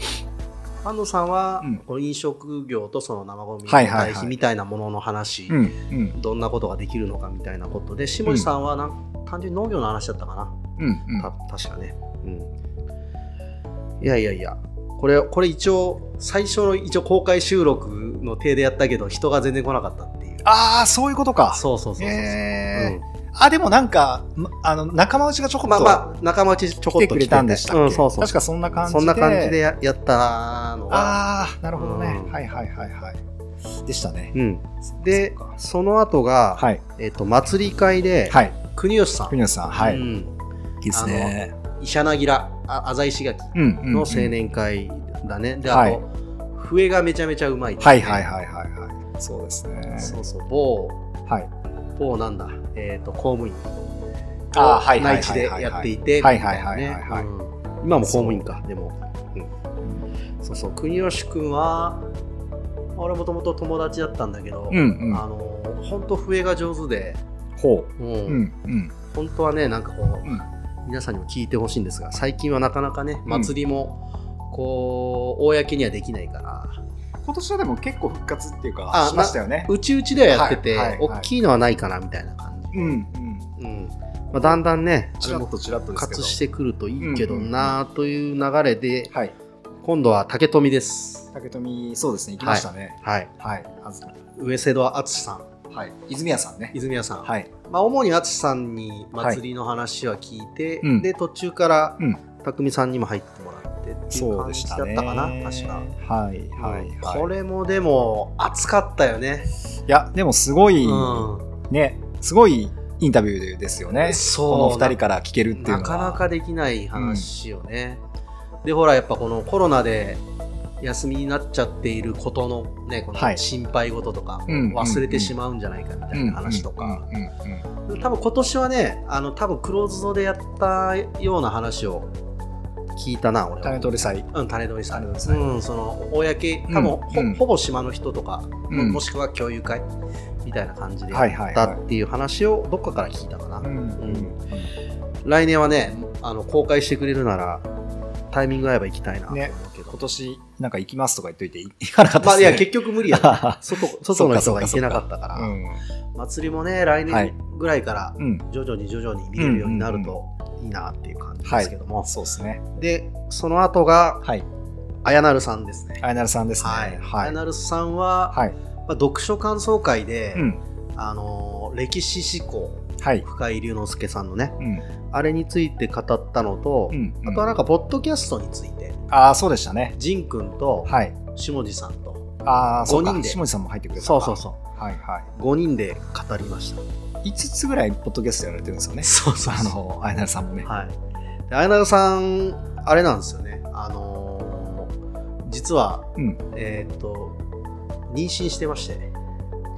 Speaker 1: 坂東さんは、
Speaker 2: うん
Speaker 1: この飲食業とその生ゴミの
Speaker 2: はいはい
Speaker 1: 対
Speaker 2: はい
Speaker 1: 比みたいなものの話、
Speaker 2: うんうん
Speaker 1: どんなことができるのかみたいなことで下地さんはなん単純に農業の話だったかな、
Speaker 2: うんうん。
Speaker 1: た確かね、うん、いやいやいやこれこれ一応最初の一応公開収録の手でやったけど人が全然来なかったっていう
Speaker 2: ああ、そういうことか。
Speaker 1: そうそうそうそう、
Speaker 2: えー
Speaker 1: うん
Speaker 2: あ、でもなんか、まあの、仲間内がちょこっ
Speaker 1: まあ
Speaker 2: と、
Speaker 1: まあ仲間内ちょこ
Speaker 2: 来
Speaker 1: ってと
Speaker 2: くれたんでしたっけ、
Speaker 1: うん、そうそう
Speaker 2: 確かそんな感じで。
Speaker 1: そんな感じで。ややったのは、
Speaker 2: ああ、なるほどね、
Speaker 1: うん
Speaker 2: はいはいはいはい。でしたね。
Speaker 1: うん、で
Speaker 2: そっか
Speaker 1: その後が、
Speaker 2: はい。
Speaker 1: えっと祭り会で、
Speaker 2: はい。
Speaker 1: 国吉さん
Speaker 2: 国吉さん、は
Speaker 1: う
Speaker 2: い。
Speaker 1: ん、
Speaker 2: いいですね。
Speaker 1: 医者なぎらあ浅井志垣
Speaker 2: うんうんうん
Speaker 1: の青。年会だね、で
Speaker 2: は
Speaker 1: あ
Speaker 2: い
Speaker 1: と、笛がめちゃめちゃうまい、
Speaker 2: はいはいはいはいはい。そうですね。
Speaker 1: そうそう某
Speaker 2: はい。
Speaker 1: 某なんだ、えっと公務員
Speaker 2: あーはいはいはいはい
Speaker 1: 内地でやっていて
Speaker 2: はいはいはいはい
Speaker 1: みたな
Speaker 2: はい
Speaker 1: ねうん今も公務員かでもそうそう国吉君は俺もともと友達だったんだけど、
Speaker 2: うんうん
Speaker 1: あの本当笛が上手で、
Speaker 2: ほ
Speaker 1: う
Speaker 2: う。
Speaker 1: ん
Speaker 2: うんうん。
Speaker 1: 本当はねなんかこう、
Speaker 2: うん
Speaker 1: 皆さんにも聞いてほしいんですが最近はなかなかね祭りもこう公にはできないから
Speaker 2: 今年はでも結構復活っていうか
Speaker 1: あ、
Speaker 2: しましたよね。
Speaker 1: うちうちではやってて、
Speaker 2: はいはいはい
Speaker 1: 大きいのはないかなみたいな感じ、
Speaker 2: うんうん。
Speaker 1: うんまあ、だんだんね
Speaker 2: ちらっとちらっと
Speaker 1: 復
Speaker 2: ですけど。
Speaker 1: 活してくるといいけどなという流れで、
Speaker 2: はい。
Speaker 1: 今度は竹富です
Speaker 2: 竹富、そうですね、行きましたね。
Speaker 1: はい
Speaker 2: はい。あず
Speaker 1: 上瀬戸敦さん
Speaker 2: はい。泉谷さんね。
Speaker 1: 泉谷さん、
Speaker 2: はい。
Speaker 1: まあ、主に淳さんに祭りの話は聞いて、
Speaker 2: うん
Speaker 1: で途中から
Speaker 2: うん
Speaker 1: 匠さんにも入ってもらってっていう
Speaker 2: そう
Speaker 1: 感
Speaker 2: で
Speaker 1: じ
Speaker 2: し
Speaker 1: だったた
Speaker 2: ね。
Speaker 1: かな、確か。
Speaker 2: はいはいはい。
Speaker 1: これもでも熱かったよね、
Speaker 2: いや、でもすごい、
Speaker 1: うん
Speaker 2: ね、すごいインタビューですよね。この
Speaker 1: そう
Speaker 2: 二人から聞けるっていうのは。
Speaker 1: なかなかできない話よね、でほらやっぱこのコロナで休みになっちゃっていることのねこ
Speaker 2: は
Speaker 1: の
Speaker 2: い
Speaker 1: 心配事とか
Speaker 2: うん
Speaker 1: 忘れてしまうんじゃないかみたいな話とか、
Speaker 2: うんうんうんうん
Speaker 1: 多分今年はねあの多分クローズドでやったような話を聞いたな俺は
Speaker 2: タネトレ祭。
Speaker 1: うん種取りさん
Speaker 2: 種取りさん
Speaker 1: うんその公多分ほ,、
Speaker 2: うん
Speaker 1: ほぼ島の人とか、
Speaker 2: うん
Speaker 1: もしくは共有会みたいな感じでや
Speaker 2: はいは
Speaker 1: っ
Speaker 2: い
Speaker 1: た
Speaker 2: は
Speaker 1: っていう話をどっかから聞いたかな、
Speaker 2: い。うんうん
Speaker 1: 来年はねあの公開してくれるならタイミング合えば行きたいなと思うけど、
Speaker 2: 今年、なんか行きますとか言っとい て、行かなかった
Speaker 1: まあいや結
Speaker 2: 結
Speaker 1: 局無理やね
Speaker 2: 構。
Speaker 1: 外外の人が行けなかったから
Speaker 2: う、ん。
Speaker 1: 祭りもね来
Speaker 2: はい
Speaker 1: 年ぐらいから
Speaker 2: うん。
Speaker 1: 徐々に徐々に見れるようになるといいなっていう感じですけども、
Speaker 2: そうですね。
Speaker 1: でその後が
Speaker 2: はい。
Speaker 1: 綾成さんですね
Speaker 2: あやなるさんですね。
Speaker 1: はい、
Speaker 2: は
Speaker 1: ア
Speaker 2: い。
Speaker 1: ナルスさんは、
Speaker 2: はい。
Speaker 1: まあ、読書感想会で、
Speaker 2: うん。
Speaker 1: あのー歴史思考
Speaker 2: はい。
Speaker 1: 深井龍之介さんのね
Speaker 2: うん。
Speaker 1: あれについて語ったのと、
Speaker 2: うん、うん
Speaker 1: あとはなんかポッドキャストについて
Speaker 2: ああ、そうでしたね。
Speaker 1: 仁くんと
Speaker 2: はい。
Speaker 1: 下地さんと
Speaker 2: ああ、そう
Speaker 1: 五
Speaker 2: か。
Speaker 1: 人で
Speaker 2: 下地さんも入ってくれた
Speaker 1: そう
Speaker 2: のか
Speaker 1: そうそ
Speaker 2: はいは
Speaker 1: う5人で語りました
Speaker 2: い。5つぐらいポッドキャストやられてるんですよね。
Speaker 1: そうそう
Speaker 2: あ
Speaker 1: そう
Speaker 2: の、あやなるさんもね。
Speaker 1: はいで綾永さんあれなんですよねあのー実は、
Speaker 2: うん
Speaker 1: えーっと妊娠してまして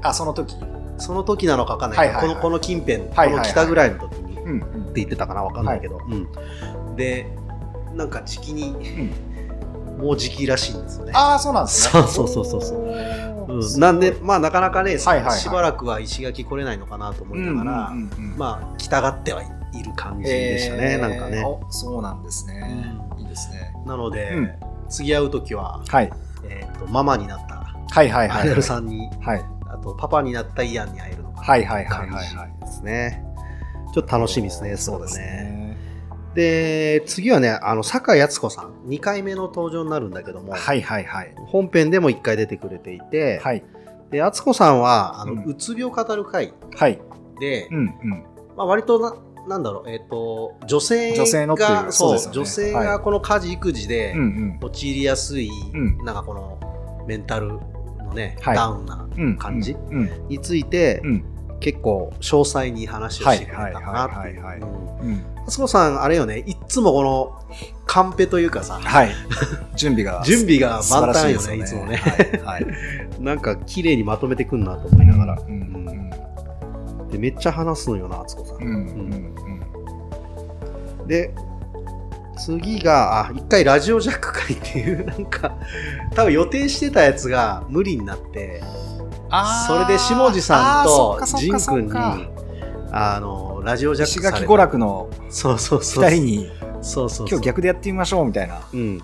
Speaker 2: あ、その時
Speaker 1: その時なのかわかんないけど、
Speaker 2: はいはいはい
Speaker 1: このこの近辺、
Speaker 2: はいはい
Speaker 1: この北ぐらいの時にって
Speaker 2: うん。うん
Speaker 1: 言ってたかなわかんないけど、うんでなんか時期に、もう時期らしいんですよね、
Speaker 2: ああ、そうなんですね。
Speaker 1: そうそうそうそうそう
Speaker 2: う
Speaker 1: うん、なんでまあなかなかね、
Speaker 2: はいはいはい
Speaker 1: しばらくは石垣来れないのかなと思いながら、
Speaker 2: うんうんうん
Speaker 1: まあ来たがってはいる感じでしたね、
Speaker 2: えー
Speaker 1: なんかね
Speaker 2: おそうなんですね。いいですね。
Speaker 1: なので、
Speaker 2: うん
Speaker 1: 次会う時は、
Speaker 2: はい。
Speaker 1: えー、とママになった
Speaker 2: はいはい
Speaker 1: アイナ
Speaker 2: はいはい。
Speaker 1: ルさんに、
Speaker 2: はい。
Speaker 1: あとパパになったイアンに会えるのかな
Speaker 2: はいはいはい
Speaker 1: 感
Speaker 2: はいはい。
Speaker 1: じですね、ちょっと楽しみですねそうですね
Speaker 2: ね。
Speaker 1: で次はねあの酒井敦子さん2回目の登場になるんだけども、
Speaker 2: はいはいはい。
Speaker 1: 本編でも1回出てくれていて、
Speaker 2: はい。
Speaker 1: で敦子さんはあの、
Speaker 2: う
Speaker 1: うんつ病語る会
Speaker 2: はい。
Speaker 1: で、
Speaker 2: うんうん。
Speaker 1: まあ、割とななんだろう、えっと女性が
Speaker 2: 女性のっていうそ
Speaker 1: そう
Speaker 2: うですよね
Speaker 1: 女性
Speaker 2: は
Speaker 1: がこの家事育児で
Speaker 2: うんうん。
Speaker 1: 陥りやすい、
Speaker 2: うん
Speaker 1: なんかこのメンタルのね、
Speaker 2: はい
Speaker 1: ダウンな
Speaker 2: うん。
Speaker 1: 感じ
Speaker 2: うん。
Speaker 1: について、
Speaker 2: うん。
Speaker 1: 結構詳細に話をしてくれたかなって
Speaker 2: はいいうはい
Speaker 1: う
Speaker 2: はい
Speaker 1: ん
Speaker 2: うん。
Speaker 1: 敦子さんあれよねいっつもこのカンペというかさ
Speaker 2: はい。 準備が。
Speaker 1: 準備が万端よね
Speaker 2: 素晴らしです
Speaker 1: い
Speaker 2: はい。はい
Speaker 1: なんか綺麗にまとめてくんなと思いながら、
Speaker 2: うんうん
Speaker 1: でめっちゃ話すのよな敦子さん、
Speaker 2: うんうんうん
Speaker 1: で次があ一回ラジオジャック会っていうなんか多分予定してたやつが無理になって
Speaker 2: あ
Speaker 1: それ
Speaker 2: ー
Speaker 1: で下地さんと
Speaker 2: あーそっかそっ
Speaker 1: 仁
Speaker 2: かそっ
Speaker 1: 君に
Speaker 2: か
Speaker 1: あのラジオジャッ
Speaker 2: 石
Speaker 1: クされた
Speaker 2: 垣娯楽の
Speaker 1: そうそうそう
Speaker 2: 2人に
Speaker 1: そうそうそう
Speaker 2: 今日逆でやってみましょうみたいな。
Speaker 1: うん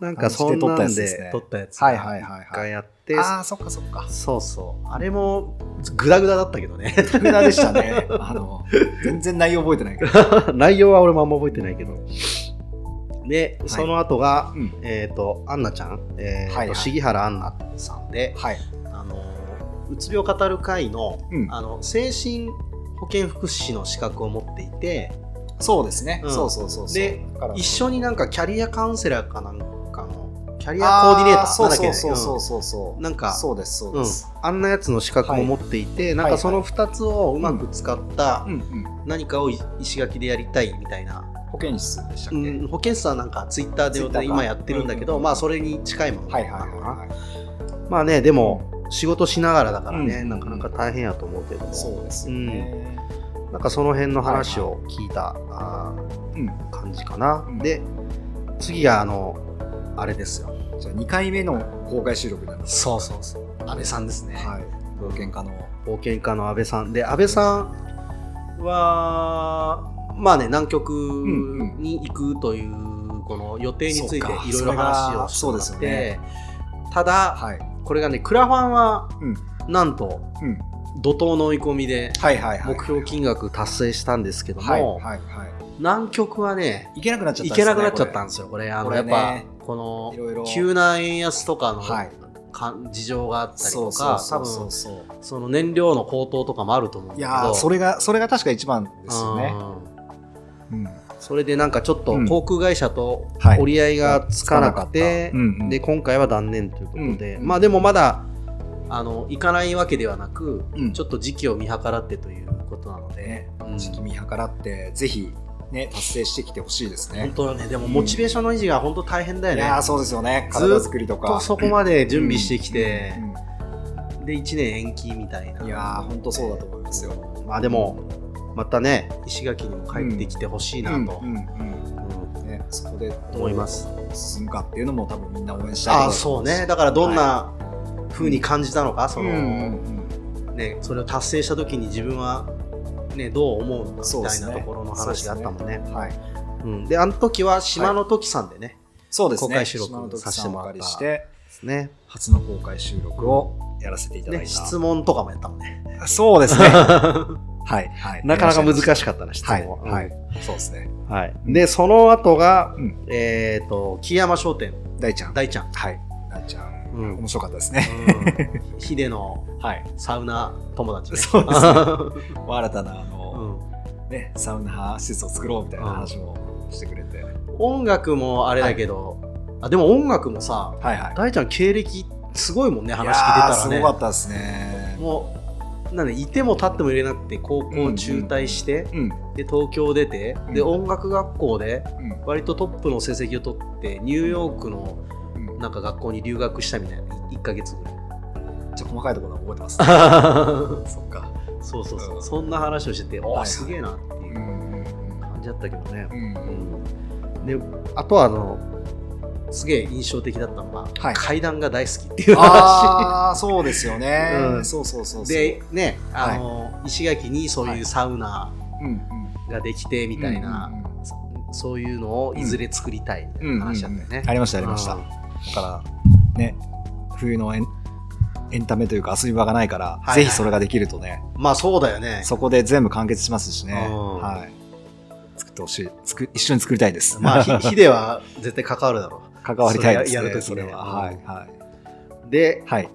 Speaker 1: なんかそんなん
Speaker 2: 感じで
Speaker 1: で撮っ
Speaker 2: 撮
Speaker 1: たやつ
Speaker 2: は
Speaker 1: が
Speaker 2: いはいはいはい
Speaker 1: 一回やって
Speaker 2: ああ、そっかそっか。
Speaker 1: そうそうあれもグダグダだったけどね
Speaker 2: グダグダでしたね。 あの、全然内容覚えてない けど。
Speaker 1: 内容は俺もあんま覚えてないけどでその後が、
Speaker 2: うん
Speaker 1: えっ、と、アンナちゃん、えーと
Speaker 2: はいはい
Speaker 1: 杉原アンナさんで、
Speaker 2: はい。
Speaker 1: あのーうつ病語る会の,、
Speaker 2: うん
Speaker 1: あの精神保健福祉士の資格を持っていて
Speaker 2: そうですね。
Speaker 1: うん
Speaker 2: そうそうそうそう。
Speaker 1: で
Speaker 2: だから
Speaker 1: 一緒になんかキャリアカウンセラーかなんかのキャリアコーディネーター
Speaker 2: あそ
Speaker 1: なん
Speaker 2: う
Speaker 1: だっけ
Speaker 2: そうそうそうそうそうう。
Speaker 1: んなんか
Speaker 2: そうですそう
Speaker 1: う
Speaker 2: で
Speaker 1: ん
Speaker 2: す。
Speaker 1: あんなやつの資格も持っていて、なん
Speaker 2: はいは
Speaker 1: か
Speaker 2: い
Speaker 1: その2つをうまく使った
Speaker 2: うんうん。
Speaker 1: 何かをい石垣でやりたいみたいな、
Speaker 2: 保健室でしたっ
Speaker 1: う
Speaker 2: け。
Speaker 1: ん、保健師さんなんかツイッターで予定
Speaker 2: Twitter か
Speaker 1: 今やってるんだけど、
Speaker 2: うん
Speaker 1: まあそれに近いもの
Speaker 2: はい
Speaker 1: な
Speaker 2: はい
Speaker 1: のか
Speaker 2: はい
Speaker 1: な、
Speaker 2: は
Speaker 1: まあねでも仕事しながらだからね、
Speaker 2: うん
Speaker 1: なかなか大変やと思うけども
Speaker 2: い。そうですよね。
Speaker 1: なんかその辺の話を聞いた、あ
Speaker 2: うん。
Speaker 1: ー感じかな、
Speaker 2: うん
Speaker 1: で次があのあれですよ
Speaker 2: じゃあ2回目の公開収録になります。
Speaker 1: そうそうそう安倍さんですね
Speaker 2: はい。冒険家の。
Speaker 1: 冒険家の安倍さんで安倍さんはまあね南極
Speaker 2: んうん
Speaker 1: に行くというこの予定についてい
Speaker 2: そうか
Speaker 1: ろいろ話をして
Speaker 2: それがそうですよね
Speaker 1: ただ
Speaker 2: はい。
Speaker 1: これがねクラファンは
Speaker 2: うん
Speaker 1: なんと
Speaker 2: うん。
Speaker 1: 怒涛の追い込みで
Speaker 2: はいはいはい。
Speaker 1: 目標金額達成したんですけども、
Speaker 2: はいはいはい。
Speaker 1: 南極はね
Speaker 2: いけなくなっちゃった
Speaker 1: 行
Speaker 2: んです
Speaker 1: け
Speaker 2: よね。
Speaker 1: なくなっちゃったんですよこれあの
Speaker 2: こ
Speaker 1: や
Speaker 2: れ
Speaker 1: っ
Speaker 2: ね
Speaker 1: ぱこ
Speaker 2: いろいろ
Speaker 1: の急な円安とかの
Speaker 2: はい
Speaker 1: か事情があっ
Speaker 2: これ
Speaker 1: たり
Speaker 2: そ
Speaker 1: と
Speaker 2: うそう
Speaker 1: か
Speaker 2: そ
Speaker 1: 多
Speaker 2: うそ
Speaker 1: 分
Speaker 2: うそう。
Speaker 1: その燃料の高騰とかもあると思うんだ
Speaker 2: い
Speaker 1: けど
Speaker 2: やーそれが、それが確か一番ですよね。
Speaker 1: うん
Speaker 2: うん。
Speaker 1: それでなんかちょっと
Speaker 2: うん
Speaker 1: 航空会社と
Speaker 2: はい
Speaker 1: 折り合いがつかなくて、
Speaker 2: うんうん
Speaker 1: で今回は断念ということで、
Speaker 2: うん
Speaker 1: まあでもまだあの行かないわけではなく、
Speaker 2: うん
Speaker 1: ちょっと時期を見計らってということなので、
Speaker 2: ね
Speaker 1: うん
Speaker 2: 時期見計らって、ぜひ、ね、達成してきてほしいです
Speaker 1: 本
Speaker 2: ね。
Speaker 1: 当よねでもモチベーションの維持が本当大変だよ
Speaker 2: い
Speaker 1: ね、
Speaker 2: やーそうですよね。
Speaker 1: ずーっと
Speaker 2: 体作りと
Speaker 1: ずっと
Speaker 2: か。
Speaker 1: そこまで準備してきて、
Speaker 2: うん
Speaker 1: で1年延期みたいな
Speaker 2: うんいやー本当そうだと思いますよ。
Speaker 1: まあでもまたね石垣にも帰ってきてほしいなと、
Speaker 2: うんうん
Speaker 1: うん
Speaker 2: うんね、そこで
Speaker 1: 思います
Speaker 2: 進むかっていうのも多分みんな応援したいと
Speaker 1: ああ
Speaker 2: ころだと
Speaker 1: そ
Speaker 2: 思
Speaker 1: う
Speaker 2: います
Speaker 1: ねだからどんな風に感じたのか、その、
Speaker 2: うんうん
Speaker 1: ね、それを達成した時に自分は、ね、どう思うのか
Speaker 2: そ
Speaker 1: み
Speaker 2: うで
Speaker 1: たい
Speaker 2: すね
Speaker 1: なところの話があったもんね
Speaker 2: うんはい。
Speaker 1: うん、であの時は島の時さんでね,、
Speaker 2: そうですね。
Speaker 1: 公開収録
Speaker 2: 島の時
Speaker 1: させてもら
Speaker 2: お
Speaker 1: った
Speaker 2: 借りして、
Speaker 1: ね
Speaker 2: 初の公開収録をやらせていただいた。
Speaker 1: ね質問とかもやったもんね
Speaker 2: そうですね。はい。はい。
Speaker 1: なかなか難
Speaker 2: い。
Speaker 1: しかったな質
Speaker 2: はい。
Speaker 1: 問は、
Speaker 2: はい。そうですね。
Speaker 1: はいでその後が、
Speaker 2: うん
Speaker 1: えっ、と木山商店
Speaker 2: 大ちゃん。
Speaker 1: 大ちゃん、
Speaker 2: はい。大ちゃん。
Speaker 1: うん
Speaker 2: 面白かったですね。
Speaker 1: ヒデの
Speaker 2: はい。
Speaker 1: サウナ友達ね。
Speaker 2: そうですね。新たな、あの、
Speaker 1: うん、
Speaker 2: ね、サウナ施設を作ろうみたいな話もしてくれて、はい
Speaker 1: 音楽もあれだけど、あでも音楽もさ
Speaker 2: はい
Speaker 1: 大ちゃん経歴すごいもんね
Speaker 2: い
Speaker 1: 話
Speaker 2: や
Speaker 1: 聞い
Speaker 2: ー
Speaker 1: てたらね
Speaker 2: すごかったですね
Speaker 1: もうなんでいても立ってもいれなくて高校中退して、
Speaker 2: うん
Speaker 1: で東京出て、で
Speaker 2: うん
Speaker 1: 音楽学校で
Speaker 2: うん
Speaker 1: 割とトップの成績を取ってニューヨークの
Speaker 2: うん
Speaker 1: なんか学校に留学したみたいな1ヶ月ぐらい
Speaker 2: じゃあ細かいところは覚えてま すそっか
Speaker 1: そうそうそう、
Speaker 2: うん
Speaker 1: そんな話をしてて
Speaker 2: はい
Speaker 1: お
Speaker 2: は
Speaker 1: ー
Speaker 2: い
Speaker 1: すげえなって
Speaker 2: う
Speaker 1: い
Speaker 2: ん
Speaker 1: う
Speaker 2: うん
Speaker 1: 感じだったけどね
Speaker 2: う、ん
Speaker 1: う
Speaker 2: うん
Speaker 1: ん、であとはあのすげえ印象的だったのが、
Speaker 2: はい
Speaker 1: 階段が大好きっていう話
Speaker 2: ああそうですよね、
Speaker 1: うん
Speaker 2: そうそうそうそう
Speaker 1: でねあの、石垣にそういうサウナ
Speaker 2: うんうん
Speaker 1: ができてみたいな、
Speaker 2: うんうんうん
Speaker 1: そういうのをいずれ作りたいみたいな話だったよね。
Speaker 2: ありましたありました
Speaker 1: うん
Speaker 2: だからね冬のエンエンタメというか遊び場がないから、
Speaker 1: はい
Speaker 2: ぜひそれができるとね
Speaker 1: まあそうだよね。
Speaker 2: そこで全部完結しますしね、
Speaker 1: うん
Speaker 2: はい作ってほしい作一緒に作りたいです、
Speaker 1: まあひ ヒデは絶対関わるだろ
Speaker 2: 関わりたいです
Speaker 1: そ
Speaker 2: ね
Speaker 1: れやる時
Speaker 2: そ
Speaker 1: ね
Speaker 2: れは、は
Speaker 1: う
Speaker 2: い
Speaker 1: ん
Speaker 2: はい、
Speaker 1: う。で、
Speaker 2: はい、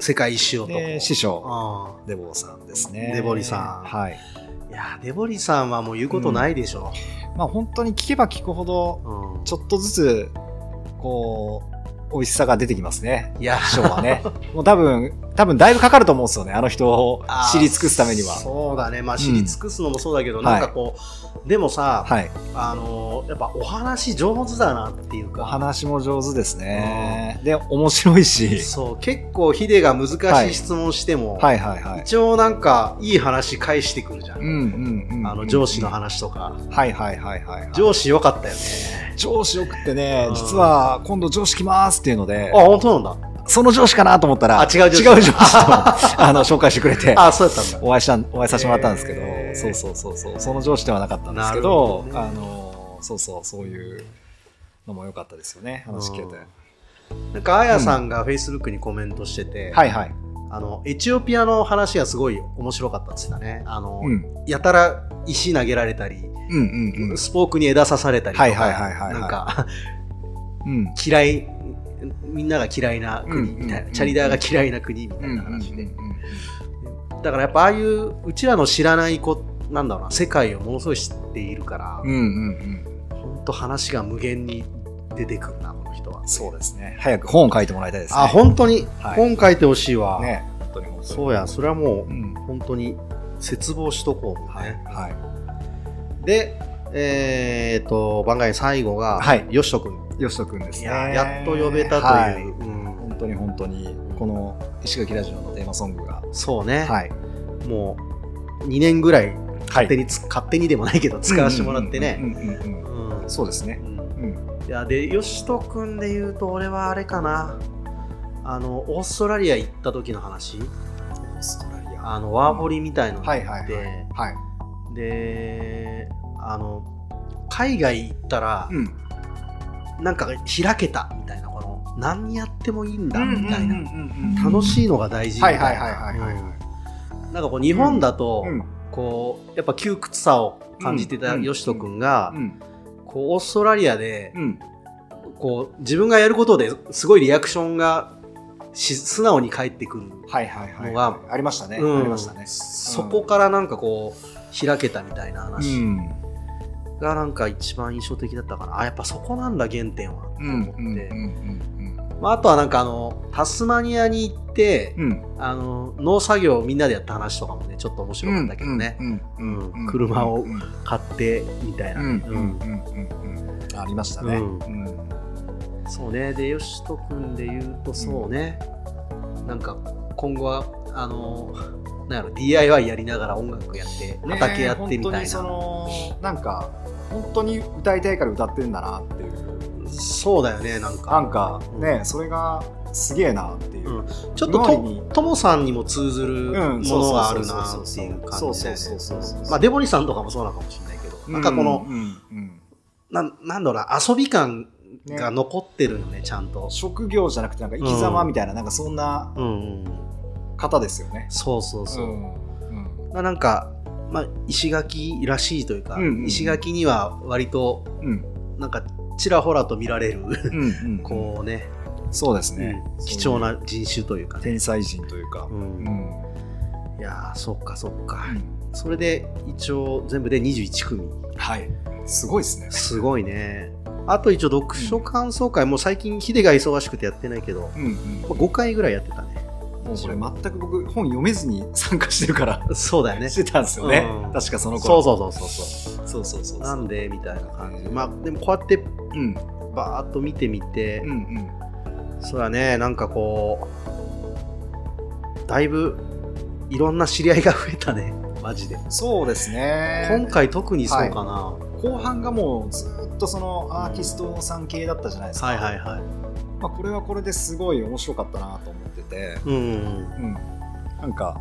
Speaker 1: 世界一周男。
Speaker 2: で師匠
Speaker 1: う
Speaker 2: デボーさんですね
Speaker 1: デボリさん
Speaker 2: はい
Speaker 1: んいや、デボリさんはもう言うことないでしょ。
Speaker 2: まあ本当に聞けば聞くほど
Speaker 1: うん
Speaker 2: ちょっとずつこう美味しさが出てきますね
Speaker 1: いや、
Speaker 2: 師匠 はねもう多分多分だいぶかかると思うんですよねあの人を
Speaker 1: あー
Speaker 2: 知り尽くすためには
Speaker 1: そうだね。まあ知り尽くすのもそうだけど、
Speaker 2: ん
Speaker 1: なんかこう、でもさ、
Speaker 2: はい
Speaker 1: あの、やっぱお話上手だなっていう
Speaker 2: お
Speaker 1: か。
Speaker 2: 話も上手ですねで面白いし
Speaker 1: そう、結構ヒデが
Speaker 2: は
Speaker 1: 難しい
Speaker 2: い
Speaker 1: 質問しても、
Speaker 2: はいはいはい
Speaker 1: 一応なんかいい話返してくるじゃん。
Speaker 2: うんうんうん
Speaker 1: あの上司の話とか、
Speaker 2: はいはいはいはいはい
Speaker 1: 上司良かったよね。
Speaker 2: 上司よくってね
Speaker 1: うん
Speaker 2: 実は今度上司来ますっていうので
Speaker 1: あ、本当なんだ。
Speaker 2: その上司かなと思ったら
Speaker 1: あ違う上司
Speaker 2: 違う上司と あの紹介してくれて
Speaker 1: あ、そうやったんだ。
Speaker 2: お会いしたんお会いさせてもらったんですけど、
Speaker 1: へー
Speaker 2: そうそうそうそうその上司ではなかったんです
Speaker 1: な
Speaker 2: け
Speaker 1: るほど
Speaker 2: ど
Speaker 1: ね
Speaker 2: あのそうそうそういうのも良かったですよね話聞けて、
Speaker 1: うんなんか、あやさんが Facebook にコメントしてて、
Speaker 2: はいはい、
Speaker 1: あの、エチオピアの話がすごい面白かったって言ってたね。あの、
Speaker 2: うん、うん
Speaker 1: やたら石投げられたり、
Speaker 2: うんうん
Speaker 1: スポークに枝刺されたりとか、
Speaker 2: はいはいはいはいはい
Speaker 1: なんか、
Speaker 2: うん
Speaker 1: 嫌い、みんなが嫌いな国みたいな、
Speaker 2: うん
Speaker 1: チャリダーが嫌いな国みた
Speaker 2: う
Speaker 1: い
Speaker 2: ん
Speaker 1: な話で。
Speaker 2: うんうん
Speaker 1: だからやっぱ、ああいう、うちらの知らない子、なんだろうな、世界をものすごい知っているから、
Speaker 2: うんうんうん
Speaker 1: 本当話が無限に出てくるな、この人は。
Speaker 2: そうですね早く本を書いてもらいたいですね
Speaker 1: あ、本当に、
Speaker 2: はい
Speaker 1: 本書いてほしいわ。
Speaker 2: ね本当に本当に
Speaker 1: そうや、それはも
Speaker 2: う
Speaker 1: う、
Speaker 2: ん
Speaker 1: 本当に、絶望しとこうもん
Speaker 2: はい
Speaker 1: ね。
Speaker 2: はい
Speaker 1: で、えー、と、番外最後が、
Speaker 2: はい
Speaker 1: よしとくん。
Speaker 2: よしとくんです
Speaker 1: い
Speaker 2: ね
Speaker 1: や、やっと呼べたという、
Speaker 2: はい
Speaker 1: うん
Speaker 2: 本当に本当にこの石垣ラジオのテーマソングが
Speaker 1: そうね、
Speaker 2: はい
Speaker 1: もう、2年ぐらい、
Speaker 2: は
Speaker 1: 勝手につ、勝手にでもないけど、使わせてもらってね。
Speaker 2: うんうんうんうんうん
Speaker 1: うん
Speaker 2: そうですね
Speaker 1: うん
Speaker 2: うん
Speaker 1: いや、で、よしとくんで言うと、俺はあれかな。あの、オーストラリア行った時の話、
Speaker 2: オーストラリア
Speaker 1: あの、ワーホリみたいのに行っ
Speaker 2: は
Speaker 1: て、
Speaker 2: いはいはいはい
Speaker 1: であの海外行ったら、
Speaker 2: うん
Speaker 1: なんか開けたみたいなこの何やってもいいんだみ
Speaker 2: み
Speaker 1: た
Speaker 2: た
Speaker 1: い
Speaker 2: い
Speaker 1: な、
Speaker 2: な
Speaker 1: 楽
Speaker 2: 楽しい
Speaker 1: しいのが大事みた
Speaker 2: はいい
Speaker 1: な、
Speaker 2: はいはいはいはい
Speaker 1: うんなんかこう日本だと、
Speaker 2: うん
Speaker 1: こうやっぱ窮屈さを感じてた
Speaker 2: うん
Speaker 1: よしとくんが、
Speaker 2: うん
Speaker 1: こうオーストラリアで、
Speaker 2: うん
Speaker 1: こう自分がやることですごいリアクションがし素直に返ってくる、
Speaker 2: はいはいはい
Speaker 1: のが
Speaker 2: ありましたね
Speaker 1: うん
Speaker 2: ありましたね
Speaker 1: そこからなんかこう開けたみたいな
Speaker 2: う
Speaker 1: 話、
Speaker 2: ん
Speaker 1: がなんか一番印象的だったかなあやっぱそこなんだ原点はと
Speaker 2: うんう
Speaker 1: 思
Speaker 2: ん
Speaker 1: っ
Speaker 2: うん
Speaker 1: て、まあ、あとはなんかあのタスマニアに行って、
Speaker 2: うんうん
Speaker 1: あの農作業をみんなでやった話とかもねちょっと面白かったけどね、
Speaker 2: うん
Speaker 1: うん車を
Speaker 2: うん
Speaker 1: 買ってみたいな、
Speaker 2: う
Speaker 1: うん
Speaker 2: んうんうんうんうんありましたね
Speaker 1: うん
Speaker 2: うん
Speaker 1: そうねでよしとくんで言うとそうね、なんか今後はあのなんやろ DIY やりながら音楽やって
Speaker 2: ねえ
Speaker 1: 畑やってみ
Speaker 2: 本当
Speaker 1: たい
Speaker 2: にそ
Speaker 1: な、
Speaker 2: のなんか本当に歌いたいから歌ってんだなっていう
Speaker 1: そうだよねなんか
Speaker 2: なんか
Speaker 1: う
Speaker 2: ねそれがすげえなっていううん
Speaker 1: ちょっと
Speaker 2: 今まで
Speaker 1: と
Speaker 2: に
Speaker 1: ともさんにも通ずる
Speaker 2: うん
Speaker 1: ものがあるなっていう感じだよね
Speaker 2: そうそうそうそうそうそうそうそう
Speaker 1: まあデボリさんとかもそうなのかもしれないけど、なんかこの、
Speaker 2: うんうん
Speaker 1: なんなんだろうな遊び感
Speaker 2: うん
Speaker 1: が残ってるよねちゃんと、
Speaker 2: 職業じゃなくてなんか生き様みたいな、なんかそんな
Speaker 1: うんうん、
Speaker 2: 方ですよね。
Speaker 1: そうそうそう、
Speaker 2: んうん
Speaker 1: まあなんか、まあ、石垣らしいというか、
Speaker 2: うんうんうん
Speaker 1: 石垣には割と
Speaker 2: うん
Speaker 1: なんかちらほらと見られる
Speaker 2: うんこ
Speaker 1: こうね、
Speaker 2: うそうですね、
Speaker 1: うん
Speaker 2: そういう
Speaker 1: 貴重な人種というかね、
Speaker 2: 天才人というか、
Speaker 1: うん
Speaker 2: うん
Speaker 1: いやーそっかそっか、
Speaker 2: うん
Speaker 1: それで一応全部で21組
Speaker 2: はい。すごいですね。
Speaker 1: すごいねあと一応読書感想会、もう最近ヒデが忙しくてやってないけど、
Speaker 2: うんうん。
Speaker 1: まあ、5回ぐらいやってたね
Speaker 2: もうこれ全く僕本読めずに参加してるから、
Speaker 1: そうだよね
Speaker 2: し
Speaker 1: そう
Speaker 2: てたんですよね
Speaker 1: うん。
Speaker 2: 確かその
Speaker 1: そう
Speaker 2: 頃。
Speaker 1: そうそうそ
Speaker 2: そうそうそうう
Speaker 1: な
Speaker 2: そうん
Speaker 1: でみたいな感じまあでもこうやって
Speaker 2: うん
Speaker 1: バーッと見てみて、
Speaker 2: うんうん。
Speaker 1: そうだねなんかこうだいぶいろんな知り合いが増えたねマジで
Speaker 2: そうですね。
Speaker 1: 今回特にそうかな、
Speaker 2: 後半がもうずっとそのアーティストさん系だったじゃないですか、
Speaker 1: はいはいはい
Speaker 2: まあ、これはこれですごい面白かったなと思ってて、
Speaker 1: うんうん
Speaker 2: うん、なんか、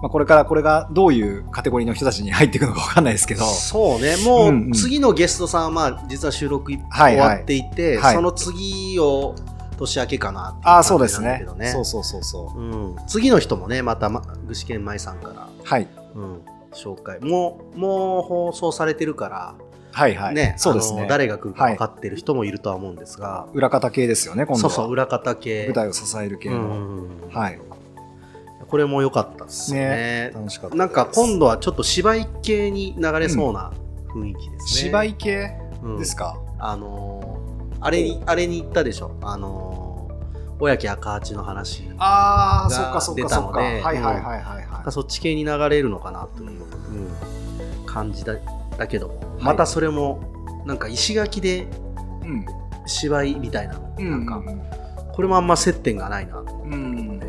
Speaker 2: まあ、これからこれがどういうカテゴリーの人たちに入っていくのか分かんないですけど
Speaker 1: そうねも
Speaker 2: うんうん
Speaker 1: う次のゲストさんはまあ実は収録い
Speaker 2: はい
Speaker 1: 終
Speaker 2: はい
Speaker 1: わっていて、
Speaker 2: はい
Speaker 1: その次を年明けかなっていう
Speaker 2: ああそう
Speaker 1: 感
Speaker 2: で
Speaker 1: じ
Speaker 2: す
Speaker 1: なんだけ
Speaker 2: ね
Speaker 1: ど
Speaker 2: そうそうそうそ
Speaker 1: うん、次の人もねまたま具志堅舞さんから、
Speaker 2: うはい
Speaker 1: うん、紹介もうもう放送されてるから、
Speaker 2: はいはい、
Speaker 1: ね
Speaker 2: そうです
Speaker 1: あ
Speaker 2: ね
Speaker 1: の誰が来るか分かってる人もいるとは思うんですが、
Speaker 2: 裏方系ですよね今度
Speaker 1: そう
Speaker 2: は
Speaker 1: そう裏方系
Speaker 2: 舞台を支える系
Speaker 1: う
Speaker 2: の、
Speaker 1: んうんうん
Speaker 2: はい
Speaker 1: これも良かったですね
Speaker 2: 楽しかった
Speaker 1: なんか今
Speaker 2: 度
Speaker 1: 度はちょっと芝居系に流れそうな雰囲気ですね、
Speaker 2: 芝居系
Speaker 1: うん
Speaker 2: ですか、
Speaker 1: あのーあれに、あれに行ったでしょ。あのー、小焼赤八の話。
Speaker 2: あ
Speaker 1: が
Speaker 2: あそっかそっかそっかは
Speaker 1: 出たの
Speaker 2: いはい
Speaker 1: で
Speaker 2: はいはいはい、
Speaker 1: そっち系に流れるのかなという、うん感じだだけども、
Speaker 2: い
Speaker 1: またそれも、なんか石垣で
Speaker 2: うん
Speaker 1: 芝居みたいな、
Speaker 2: う
Speaker 1: なんか、これもあんま接点がないなと思
Speaker 2: うん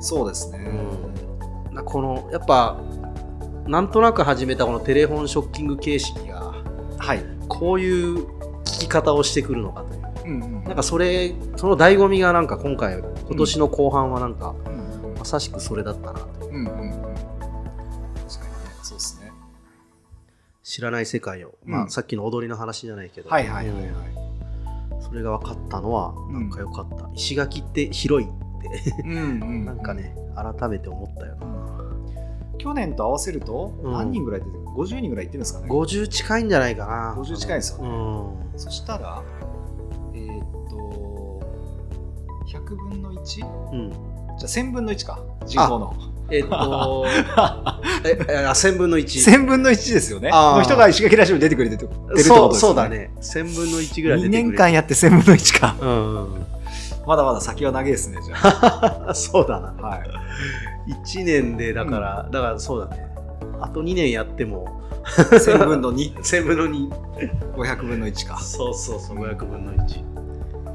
Speaker 2: そうですね、
Speaker 1: うなこの、やっぱ、なんとなく始めたこのテレフォンショッキング形式が、
Speaker 2: はい、
Speaker 1: こういう聞き方をしてくるのかという。
Speaker 2: うんうん
Speaker 1: なんかそれ、その醍醐味がなんか今回、今年の後半はなんか、
Speaker 2: うん
Speaker 1: まさしくそれだったなと
Speaker 2: うんうんうん確かにねそうですね
Speaker 1: 知らない世界を、
Speaker 2: うん
Speaker 1: まあ、さっきの踊りの話じゃないけど、
Speaker 2: はいはいはいはい
Speaker 1: うんそれが分かったのは
Speaker 2: ん
Speaker 1: なんか良かった、石垣って広いって
Speaker 2: うんうん
Speaker 1: なんかね改めて思ったよな
Speaker 2: 去年と合わせると
Speaker 1: うん
Speaker 2: 何人ぐらい出てる、50人ぐらい行ってるんですかね
Speaker 1: 50近いんじゃないかな
Speaker 2: 50近いですよね
Speaker 1: うん
Speaker 2: そしたらえーっと100分の 1? じゃ
Speaker 1: うん、
Speaker 2: あ1000分の1か人口の
Speaker 1: えっ とええあ1000分の1
Speaker 2: 1000分の1ですよね
Speaker 1: あー
Speaker 2: の人が石垣ラジオに出てくれてるってことです
Speaker 1: そう
Speaker 2: ね
Speaker 1: そうだね1000分の1ぐらい出て
Speaker 2: 2
Speaker 1: くれ
Speaker 2: 年間やって1000分の1か
Speaker 1: うんうん
Speaker 2: まだまだ先は長いですねじゃあ
Speaker 1: うんそうだな
Speaker 2: はい
Speaker 1: 1年でだから、だからそうだねあと2年やっても
Speaker 2: 1000分の2
Speaker 1: 1000分の2
Speaker 2: 500分の1か
Speaker 1: そうそうそう、500分の1。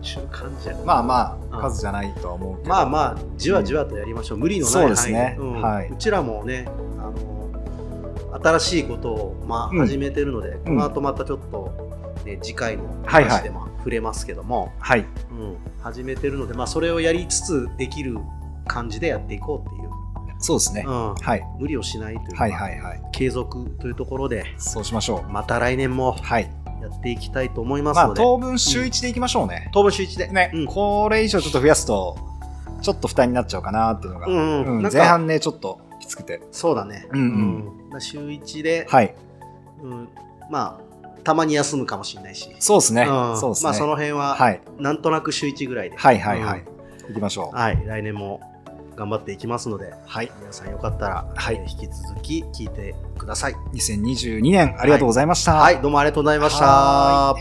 Speaker 1: 中間じゃん。
Speaker 2: まあまあ
Speaker 1: うん
Speaker 2: 数じゃないとは思うけど
Speaker 1: まあまあ、じわじわとやりましょう。無理のない範囲
Speaker 2: そうですね
Speaker 1: ん
Speaker 2: はいう
Speaker 1: ちらもね、あの、新しいことを、ま
Speaker 2: うん
Speaker 1: あ、始めてるので、この後またちょっと、ね、次回の
Speaker 2: はいはい
Speaker 1: 話でも触れますけども、
Speaker 2: はい
Speaker 1: うん、始めてるので、まあ、それをやりつつできる感じでやっていこうっていう。
Speaker 2: そうですね
Speaker 1: うん
Speaker 2: はい
Speaker 1: 無理をしないというか、
Speaker 2: はいはいはい
Speaker 1: 継続というところで、
Speaker 2: そうしましょ
Speaker 1: また来年も
Speaker 2: うはい
Speaker 1: やっていきたいと思います
Speaker 2: まあ
Speaker 1: ので、
Speaker 2: 当分週1でいきましょうね
Speaker 1: 当分週1で。
Speaker 2: ね
Speaker 1: うん
Speaker 2: これ以上ちょっと増やすとちょっと負担になっちゃうかなっていうのが
Speaker 1: う
Speaker 2: うん
Speaker 1: うん、なんんか
Speaker 2: 前半ねちょっときつくて
Speaker 1: そうだね。
Speaker 2: うん
Speaker 1: うんだ週1で、
Speaker 2: はい
Speaker 1: うん、まあ、たまに休むかもしれないし。
Speaker 2: そうですね
Speaker 1: うん
Speaker 2: そうです
Speaker 1: まあ、その
Speaker 2: ね
Speaker 1: 辺は、
Speaker 2: はい
Speaker 1: なんとなく週1ぐらいで。
Speaker 2: はいはいは
Speaker 1: うん
Speaker 2: いいきましょう
Speaker 1: はい、来年も頑張っていきますので、
Speaker 2: はい
Speaker 1: 皆さんよかったら、
Speaker 2: はい
Speaker 1: えー引き続き聞いてください。
Speaker 2: 2022年ありがとうございました
Speaker 1: はい、どうもありがとうございました。
Speaker 2: は